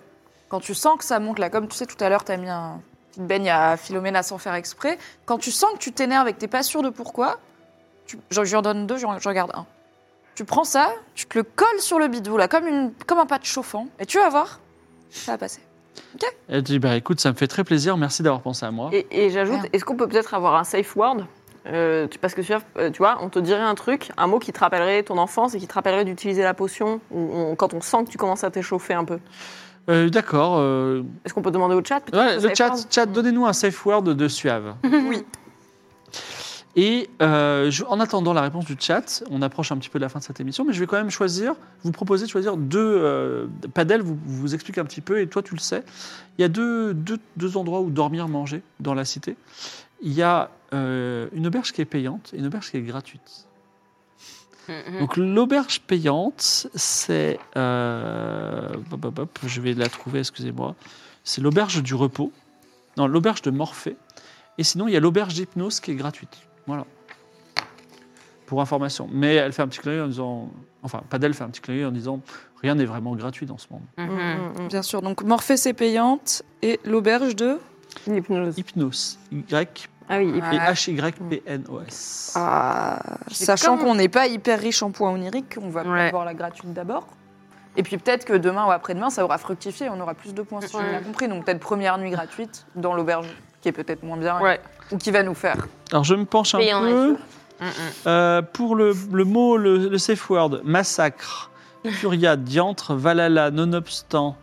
D: quand tu sens que ça monte là, comme tu sais tout à l'heure, tu as mis un petit baigne à Philomena sans faire exprès. Quand tu sens que tu t'énerves et que tu pas sûr de pourquoi, tu... je, je lui en donne deux, j'en j'en garde un. Tu prends ça, tu te le colles sur le bidou, là, comme, une, comme un pâte chauffant, et tu vas voir, ça va passer.
A: Elle dit bah écoute, ça me fait très plaisir, merci d'avoir pensé à moi.
E: Et, et j'ajoute,
D: Merde.
E: est-ce qu'on peut peut-être avoir un safe word Euh, tu- Parce que tu vois, euh, tu vois, on te dirait un truc, un mot qui te rappellerait ton enfance et qui te rappellerait d'utiliser la potion on- on- quand on sent que tu commences à t'échauffer un peu.
A: Euh, D'accord. euh,
E: Est-ce qu'on peut demander au chat peut-être,
A: ouais,
E: ce
A: le
E: safe
A: chat,
E: word
A: chat
E: Mm.
A: donnez-nous un safe word de Suave.
D: Oui.
A: Et euh, je- en attendant la réponse du chat, on approche un petit peu de la fin de cette émission, mais je vais quand même choisir, vous proposer de choisir deux. euh, Padel vous, vous explique un petit peu, et toi tu le sais. Il y a deux, deux, deux endroits où dormir, manger dans la cité. Il y a euh, une auberge qui est payante et une auberge qui est gratuite.
B: Mm.
A: Donc l'auberge payante, c'est... euh, hop, hop, hop, je vais la trouver, excusez-moi. C'est l'auberge du repos. Non, l'auberge de Morphée. Et sinon, il y a l'auberge d'hypnose qui est gratuite. Voilà. Pour information. Mais elle fait un petit clin d'œil en disant... Enfin, Padel fait un petit clin d'œil en disant... Rien n'est vraiment gratuit dans ce monde.
B: Mm-hmm.
E: Mm,
A: mm-hmm.
E: mm, mm.
D: Bien sûr, donc Morphée, c'est payante, et l'auberge de...
E: L'hypnose.
A: Hypnose. Y
E: Ah oui,
A: et H-Y-P-N-O-S.
D: Ah,
E: C'est
D: sachant
E: comme-
D: qu'on n'est pas hyper riche en points oniriques, on va
B: Ouais.
D: avoir la gratuite d'abord. Et puis peut-être que demain ou après-demain, ça aura fructifié, on aura plus de points, si j'ai bien compris. Donc peut-être première nuit gratuite dans l'auberge. qui est peut-être moins bien
B: Ouais.
D: ou qui va nous faire.
A: Alors je me penche un
G: Mais il y en a sûr.
A: peu.
B: Mm-hmm.
A: Euh, pour le, le mot, le, le safe word, massacre, furia, diantre, valhalla, nonobstant,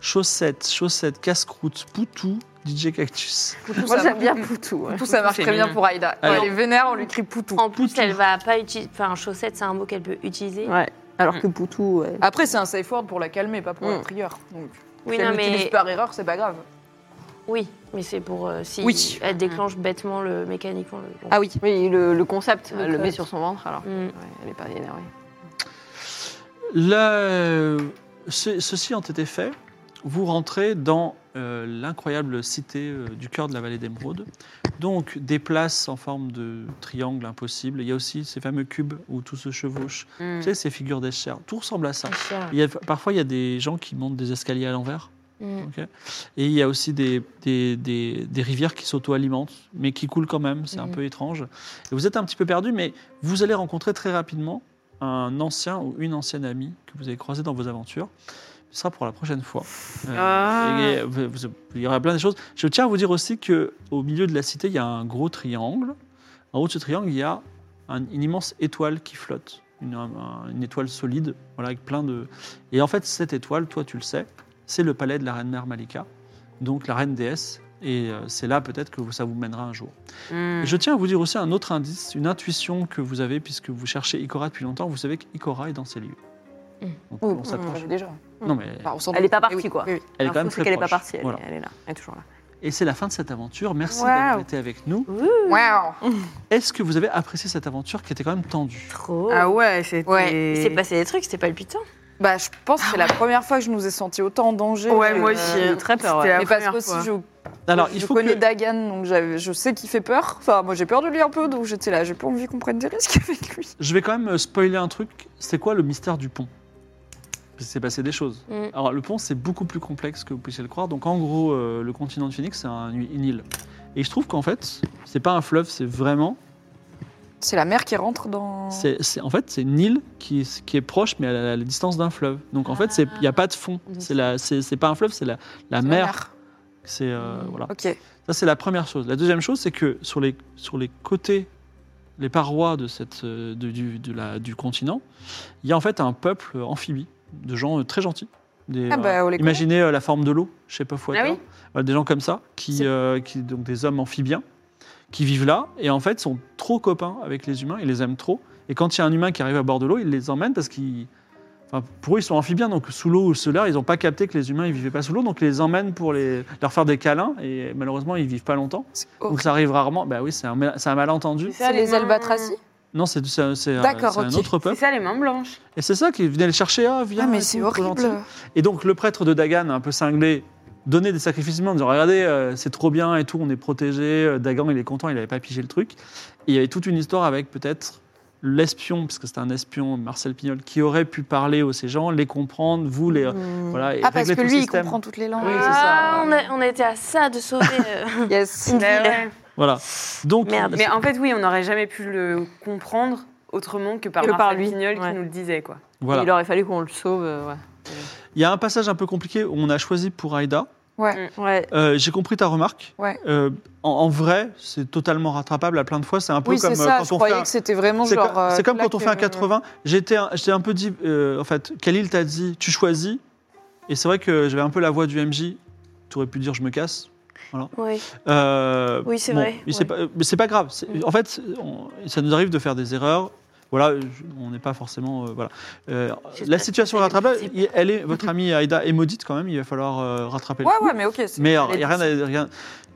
A: chaussette, chaussette, casse-croûte, poutou, DJ Cactus.
D: Poutou,
B: Moi,
D: ça-
B: j'aime bien Poutou.
D: Poutou, ça marche
B: c'est
D: très bien
B: mignon.
D: pour Aïda. Quand
A: Alors-
D: elle est vénère, on lui crie Poutou.
C: En plus, elle va pas utiliser. Enfin, chaussette, c'est un mot qu'elle peut utiliser.
E: Ouais. Alors que Poutou, ouais.
D: Après, c'est un safe word pour la calmer, pas pour
E: Mm.
D: la trigger. Donc,
C: Oui,
D: si elle
C: non,
D: l'utilise
C: mais.
D: par erreur, c'est pas grave.
C: Oui, mais c'est pour. euh, si
D: Oui.
C: elle déclenche bêtement le mécaniquement le.
D: Ah oui.
E: Oui, le, le concept,
C: Le
E: elle le met
C: concept.
E: sur son ventre alors.
C: Mm.
E: Ouais, elle n'est pas énervée.
A: Là, euh, ce- ceci ont été fait. Vous rentrez dans euh, l'incroyable cité euh, du cœur de la vallée d'Émeraude. Donc, des places en forme de triangle impossible. Il y a aussi ces fameux cubes où tout se chevauche.
B: Mm. Mm-hmm.
A: Tu sais, ces figures d'Escher. Tout ressemble à ça.
C: C'est cher.
A: Il y a- parfois, il y a des gens qui montent des escaliers à l'envers.
C: Mm.
A: Ok. Et il y a aussi des, des, des- des rivières qui s'auto-alimentent, mais qui coulent quand même. C'est un
C: Mhm.
A: peu étrange. Et vous êtes un petit peu perdu, mais vous allez rencontrer très rapidement un ancien ou une ancienne amie que vous avez croisé dans vos aventures. Ce sera pour la prochaine fois. Euh,
B: Ah.
A: et vous- vous- il y aura plein de choses. Je tiens à vous dire aussi que au milieu de la cité, il y a un gros triangle. En haut de ce triangle, il y a un- une immense étoile qui flotte, une, un- une étoile solide, voilà, avec plein de. Et en fait, cette étoile, toi, tu le sais, c'est le palais de la reine mère Malika, donc la reine déesse. Et euh, c'est là peut-être que ça vous mènera un jour.
B: Mm-hmm.
E: Mm.
A: Et Je tiens à vous dire aussi un autre indice, une intuition que vous avez puisque vous cherchez Ikora depuis longtemps. Vous savez qu'Ikora est dans ces lieux.
C: Mm.
A: Donc,
D: Oui,
A: on
D: on
A: s'approche.
D: l'avait déjà.
A: Non mais
D: Enfin, on s'en
E: Elle n'est
D: doute.
E: pas partie,
D: Eh Oui, oui.
E: quoi.
D: Oui, oui.
A: elle est
E: L'info,
A: quand même
E: Mm. c'est
A: très
E: qu'elle n'est pas
A: proche.
E: partie, elle, est-
A: Voilà.
E: elle est là, elle est toujours là.
A: Et c'est la fin de cette aventure. Merci
B: Wow.
A: d'avoir été avec nous.
D: Wow.
A: Est-ce que vous avez apprécié cette aventure qui était quand même tendue
C: Trop.
B: Ah ouais, c'était.
C: Ouais. Il s'est passé des trucs, c'était palpitant.
D: Bah, je pense que c'est la première fois que je nous ai senti autant en danger.
B: Ouais,
D: Euh,
B: moi aussi. hein.
E: euh, très peur, ouais.
B: C'était la
D: Mais parce
B: première
D: que aussi,
B: fois.
D: je,
A: Alors,
D: je
A: il faut
D: connais
A: que...
D: Dagan, donc j'avais- je sais qu'il fait peur. Enfin, moi j'ai peur de lui un peu, donc j'étais là, j'ai pas envie qu'on prenne des risques avec lui.
A: Je vais quand même euh, spoiler un truc. C'est quoi le mystère du pont Parce qu'il s'est passé des choses.
C: Mm.
A: Alors, le pont, c'est beaucoup plus complexe que vous puissiez le croire. Donc, en gros, euh, le continent de Phoenix, c'est un- une île. Et il se trouve qu'en fait, c'est pas un fleuve, c'est vraiment.
D: C'est la mère qui rentre dans.
A: c'est c'est- en fait, c'est une île qui, qui est proche, mais à la, à la distance d'un fleuve. Donc, en fait, il n'y a pas de fond. C'est la- C'est c'est pas un fleuve, Ah. c'est la, la
D: la
A: mer. C'est. euh, voilà.
D: Ok.
A: Ça, c'est la première chose. La deuxième chose, c'est que sur les, sur les côtés, les parois de cette, euh, de- du, de la- du continent, il y a en fait un peuple amphibie, de gens euh, très gentils. Des,
D: Ah bah, on les connaît.
A: imaginez euh, la forme de l'eau chez Puffwater.
B: Ah oui
A: Voilà, des gens comme ça, qui,
D: C'est-
A: euh, qui, donc des hommes amphibiens, qui vivent là et en fait sont trop copains avec les humains, ils les aiment trop. Et quand il y a un humain qui arrive à bord de l'eau, ils les emmènent parce qu'ils. Enfin, pour eux, ils sont amphibiens, donc sous l'eau ou ceux-là, ils n'ont pas capté que les humains ils vivaient pas sous l'eau, donc ils les emmènent pour les, leur faire des câlins, et malheureusement, ils vivent pas longtemps.
D: C'est
A: Donc ça arrive rarement. Bah oui, c'est un, mal- c'est un malentendu.
B: C'est ça,
D: c'est les
B: mains-
D: albatracis
A: Non, c'est c'est un, c'est un-
D: D'accord,
A: c'est un
D: ok.
A: autre
B: C'est
A: peuple.
B: ça, les mains blanches.
A: Et c'est ça qui venait le chercher. Ah, viens,
D: Ah, mais
A: et
D: c'est
A: tout, trop gentil.
D: horrible.
A: Et donc le prêtre de Dagan, un peu cinglé, donnait des sacrifices humains en disant Regardez, euh, c'est trop bien et tout, on est protégé. Euh, Dagan, il est content, il n'avait pas pigé le truc. Et il y avait toute une histoire avec peut-être l'espion, parce que c'était un espion, Marcel Pignol, qui aurait pu parler aux ces gens, les comprendre, vous les. Voilà, et
D: Ah, parce
A: régler
D: que
A: tout le
D: lui, il
A: système.
D: comprend toutes les langues.
A: Oui, c'est ça.
C: Ah, on, a- on était à ça de sauver. euh,
D: Yes. Eh,
C: Une
B: Bah
C: ville.
B: ouais.
A: Voilà. Donc,
C: Merde.
B: Mais en fait, oui, on n'aurait jamais pu le comprendre autrement que par
E: Que par
B: Marcel
E: lui,
B: Pignol
E: ouais.
B: qui nous le disait, quoi.
A: voilà.
E: Il aurait fallu qu'on le sauve. euh, ouais.
A: Il y a un passage un peu compliqué où on a choisi pour Aïda.
E: Ouais.
A: Euh, J'ai compris ta remarque.
D: Ouais.
A: Euh, en, en vrai, c'est totalement rattrapable à plein de fois. C'est un peu
D: Oui,
A: comme
D: c'est
A: euh,
D: ça,
A: quand
D: je
A: on fait
D: croyais
A: un-
D: que c'était vraiment
A: C'est
D: genre.
A: comme,
D: euh,
A: c'est comme quand on
D: claque,
A: fait un
D: euh,
A: 80. J'étais un, j'étais un peu dit. euh, en fait, Khalil t'a dit tu choisis. Et c'est vrai que j'avais un peu la voix du MJ. Tu aurais pu dire je me casse.
C: ouais.
A: Euh,
C: Oui, c'est vrai,
A: mais c'est
C: ouais. Mm.
A: pas- mais c'est pas grave. C'est- En fait, on- ça nous arrive de faire des erreurs. Voilà, je- on n'est pas forcément. euh, voilà. Euh,
C: J'espère
A: la
C: que
A: situation
C: vous allez
A: rattrapable,
C: passer
A: il- elle est, votre amie Aïda est maudite quand même, il va falloir euh, rattraper le
D: Ouais,
A: coup.
D: ouais, mais ok. c'est-
A: Mais alors, il y a rien, à- rien.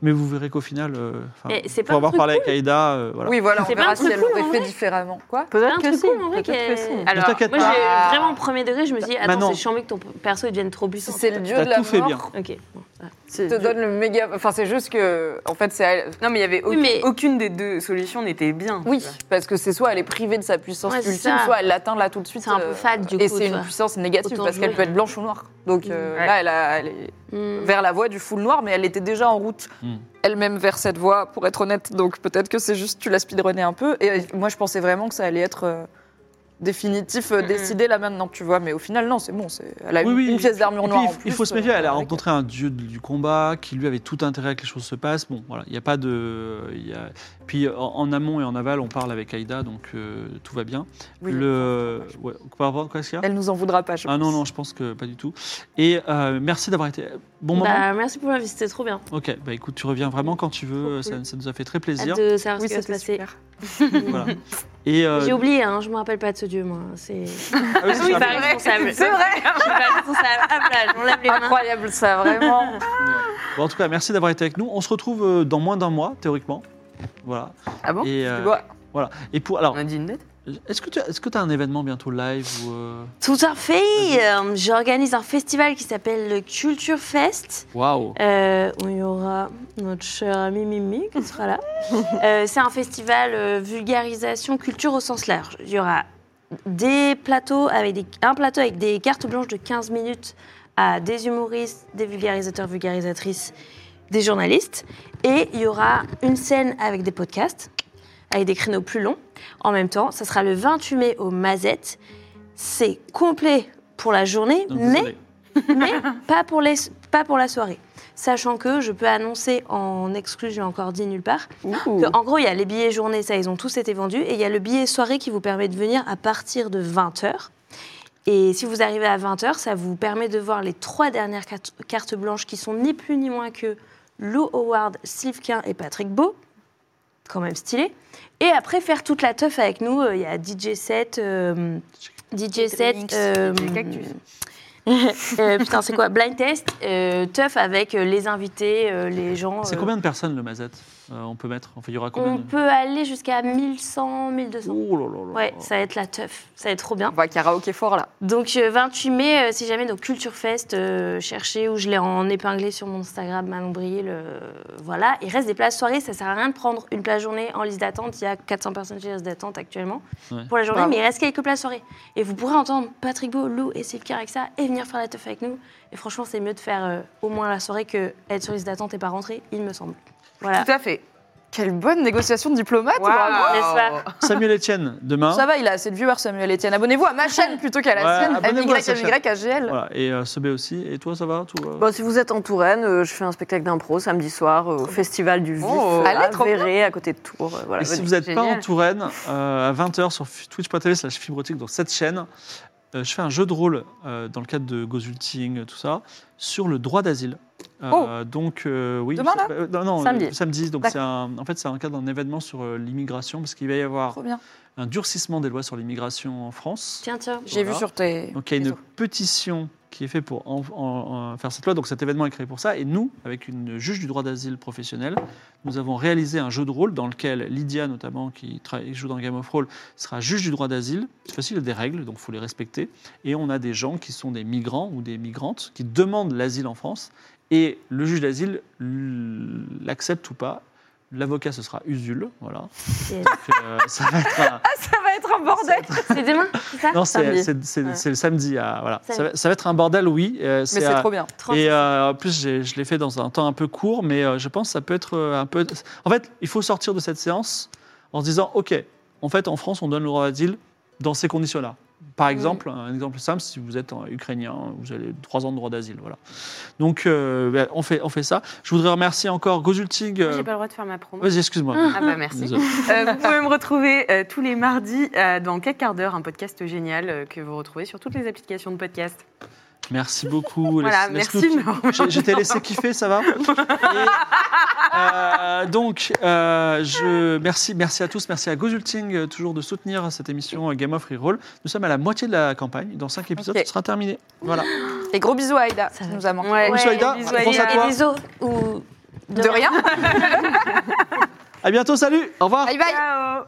A: Mais vous verrez qu'au final, euh, enfin,
C: Et c'est
A: pour
C: pas un
A: avoir
C: truc
A: parlé avec Aïda, euh, voilà.
D: Oui, voilà, on
C: C'est pas un
D: verra si
C: truc
D: elle
C: cool,
D: l'aurait
C: en
D: fait
C: vrai.
D: différemment. Quoi
C: Un
E: Peut-être que
C: truc
E: si.
C: cool, en vrai,
E: peut-être
C: qui
E: que
C: est-
E: si.
A: Ne
B: Alors,
A: t'inquiète
C: Moi,
D: Ah.
A: pas.
C: j'ai vraiment premier degré, je me suis dit, attends,
A: Manon.
C: c'est chambé que ton perso il devienne trop puissant.
D: C'est le dieu
A: T'as
D: de la
A: tout fait bien.
D: mort.
C: Ok.
D: Il te donne le méga. Enfin, c'est juste que. En fait, c'est elle-
B: Non, mais il y avait
C: Oui,
B: aucune-
C: mais-
B: aucune des deux solutions n'était bien. tu
D: Oui, Ah
B: vois.
D: parce que c'est soit elle est privée de sa puissance
C: Ouais, c'est
D: ultime,
C: ça.
D: soit elle l'atteint là tout de suite.
C: C'est un peu
D: euh,
C: fade, du
D: Et
C: coup,
D: c'est
C: tu
D: une
C: vois.
D: puissance négative
C: Autant
D: parce qu'elle
C: jouer. hein.
D: peut être blanche ou noire. Donc euh,
B: Ouais.
D: là, elle, a- elle est
C: Hmm.
D: vers la voie du full noir, mais elle était déjà en route
A: Mm.
D: elle-même vers cette voie, pour être honnête. Donc peut-être que c'est juste tu l'as speedrunné un peu. Et euh, moi, je pensais vraiment que ça allait être euh, définitif euh,
B: Mm, mm.
D: décidé là maintenant, tu vois. Mais au final, non, c'est bon. c'est- Elle a
A: Oui,
D: une,
A: oui,
D: une pièce d'armure
A: Et puis,
D: noire
A: il
D: en
A: faut-
D: plus.
A: il faut se méfier, elle a
D: euh, avec-
A: rencontré un dieu de- du combat qui lui avait tout intérêt à que les choses se passent. Bon, voilà, il n'y a pas de. il y a- Puis en, en amont et en aval, on parle avec Aïda, donc euh, tout va bien.
D: Oui,
A: Le...
C: Bah,
A: Ouais, par rapport à quoi, ce qu'il y a
D: Elle nous en voudra pas, je
A: Ah non,
D: pense.
A: non, je pense que pas du tout. Et euh, merci d'avoir été. Bon moment.
C: Bah, merci pour l'invite, c'était trop bien.
A: Ok, bah écoute, tu reviens vraiment quand tu veux,
C: Trop
A: ça,
C: cool.
A: ça nous a fait très plaisir.
C: Hâte de savoir
D: Oui,
C: ce qui va se
D: c'était
C: passer. Hmm.
A: hein.
D: super.
A: Voilà. Et, euh,
C: J'ai oublié, hein, je me rappelle pas de ce dieu, moi. C'est
A: ah oui, c'est
C: Oui,
A: pas
C: bah,
A: mal.
C: responsable.
B: C'est vrai.
C: Je suis pas responsable. Hop là, Ah, je m'enlève les mains.
D: Incroyable ça, vraiment.
A: Bon, en tout cas, merci d'avoir été avec nous. On se retrouve euh, dans moins d'un mois, théoriquement. Voilà.
B: Ah
C: Oh,
B: bon
A: Et, euh,
D: Tu vois,
A: voilà. Et pour. Alors,
B: On a dit une date
A: est-ce que tu as, est-ce que as un événement bientôt live ou, euh,
C: Tout à fait. euh, J'organise un festival qui s'appelle le Culture Fest,
A: Waouh
C: euh, où il y aura notre cher ami Mimi qui sera là. Euh, C'est un festival euh, vulgarisation culture au sens large. Il y aura des plateaux avec des, un plateau avec des cartes blanches de 15 minutes à des humoristes, des vulgarisateurs, vulgarisatrices, des journalistes. Et il y aura une scène avec des podcasts, avec des créneaux plus longs. En même temps, ça sera le 28 mai au Mazette. C'est complet pour la journée,
A: Non,
C: mais,
A: désolé.
C: mais pas, pour les, pas pour la soirée. Sachant que je peux annoncer en exclu, je l'ai encore dit nulle part, que, en gros, il y a les billets journée, ça, ils ont tous été vendus. Et il y a le billet soirée qui vous permet de venir à partir de 20h. Et si vous arrivez à 20h, ça vous permet de voir les trois dernières carte- cartes blanches qui sont ni plus ni moins que Lou Howard, Slivkin et Patrick Beau. Quand même stylé. Et après, faire toute la teuf avec nous. Euh, Il y a DJ 7 euh, DJ 7
D: Drinks,
C: euh,
B: les cactus.
C: putain, c'est quoi Blind Test, euh, teuf avec euh, les invités, euh, les gens.
A: C'est
C: euh,
A: combien de personnes le Mazette Euh, On peut mettre Enfin, il y aura combien
C: on
A: de...
C: peut aller jusqu'à 1100, 1200.
A: Oh là là là.
C: Ouais, ça va être la teuf. Ça va être trop
D: on
C: bien.
D: va karaoké fort là.
C: Donc, euh, 28 mai, euh, si jamais, donc Culture Fest, euh, cherchez où je l'ai en épinglé sur mon Instagram, Manon Bril. euh, voilà. Il reste des places soirée. Ça sert à rien de prendre une place journée en liste d'attente. Il y a 400 personnes chez liste d'attente actuellement
A: Ouais.
C: pour la journée,
D: Bravo.
C: mais il reste quelques places soirée. Et vous pourrez entendre Patrick Beau, Lou et Sylvie avec ça et venir faire la teuf avec nous. Et franchement, c'est mieux de faire euh, au moins la soirée que être sur liste d'attente et pas rentrer, il me semble. Voilà.
B: Tout à fait.
D: Quelle bonne négociation de diplomate, bravo.
C: N'est-ce
A: Samuel Etienne, demain.
D: Ça va, il a assez de viewers, Samuel Etienne. Abonnez-vous à ma chaîne plutôt qu'à la
A: Hein Ouais,
D: sienne.
A: abonnez-vous à sa chaîne.
D: MYMYAGL.
A: Voilà. Bah, Et euh, Sebé aussi. Et toi, ça va tout, euh va
E: Bon, si vous êtes en Touraine, euh, je fais un spectacle d'impro samedi soir euh, au Festival du Vif
D: Oh,
E: euh,
D: allez,
E: à
D: trop bien.
E: Verré, à côté de Tours. euh, voilà.
A: Et si
E: Venez.
A: bah, vous n'êtes pas en
B: génial.
A: Touraine, euh, à 20h sur f- twitch.tv slash fibrotique, donc cette chaîne, euh, je fais un jeu de rôle euh, dans le cadre de Gozulting, tout ça, sur le droit d'asile. Euh, Donc, euh, oui.
D: Demain,
A: c'est- euh, Non, non, euh,
E: Samedi.
A: samedi. donc, c'est un, en fait, c'est un cadre d'un événement sur euh, l'immigration, parce qu'il va y avoir
D: Trop bien.
A: un durcissement des lois sur l'immigration en France.
C: Tiens, tiens.
D: J'ai
A: Voilà.
D: vu sur tes.
A: Donc il y a une
D: réseaux.
A: pétition qui est faite pour en- en- en faire cette loi. Donc cet événement est créé pour ça. Et nous, avec une juge du droit d'asile professionnelle, nous avons réalisé un jeu de rôle dans lequel Lydia, notamment, qui travaille- joue dans Game of Roll, sera juge du droit d'asile. C'est facile, il y a des règles, donc il faut les respecter. Et on a des gens qui sont des migrants ou des migrantes qui demandent l'asile en France. Et le juge d'asile l'accepte ou pas. L'avocat, ce sera Usul. Voilà.
C: Yes.
A: Donc, euh, ça va être un-
D: Ça va être un bordel.
C: C'est demain, c'est ça
A: non, c'est
D: Samedi.
A: c'est- c'est-
E: Ouais.
A: c'est le samedi. à- voilà.
C: Samedi.
A: ça, va, ça va être un bordel, oui. euh,
D: Mais c'est
A: à-
D: trop bien.
A: Et euh, en plus, j'ai- je l'ai fait dans un temps un peu court, mais euh, je pense que ça peut être euh, un peu. En fait, il faut sortir de cette séance en se disant OK, en fait, en France, on donne le droit d'asile dans ces conditions-là. Par exemple, un exemple simple, si vous êtes euh, ukrainien, vous avez trois ans de droit d'asile. Voilà. Donc, euh, ben, on, fait, on fait ça. Je voudrais remercier encore Gozultig. euh,
B: J'ai pas le droit de faire ma promo.
A: Vas-y, excuse-moi.
B: Ah bah merci.
A: Désolé.
B: Euh, vous pouvez me retrouver euh, tous les mardis euh, dans 4 quarts d'heure, un podcast génial euh, que vous retrouvez sur toutes les applications de podcast.
A: Merci beaucoup.
B: Voilà,
A: Laisse-
B: merci.
A: laisse-nous-
B: Norman.
A: J'ai- Je t'ai laissé kiffer, ça va Et, euh, Donc, euh, je, merci, merci à tous, merci à Gozulting euh, toujours de soutenir cette émission euh, Game of Reroll. Nous sommes à la moitié de la campagne. Dans cinq épisodes,
D: Ok.
A: ce sera terminé. Voilà.
D: Et gros bisous à Aïda,
C: Ça
D: qui
C: va.
D: nous a manqué.
B: Ouais,
A: Bisous, Aïda.
B: bisous,
A: On pense à
B: Aïda.
A: toi.
C: Et des os ou
D: De rien.
A: À bientôt, salut Au revoir
D: Bye bye.
B: Ciao.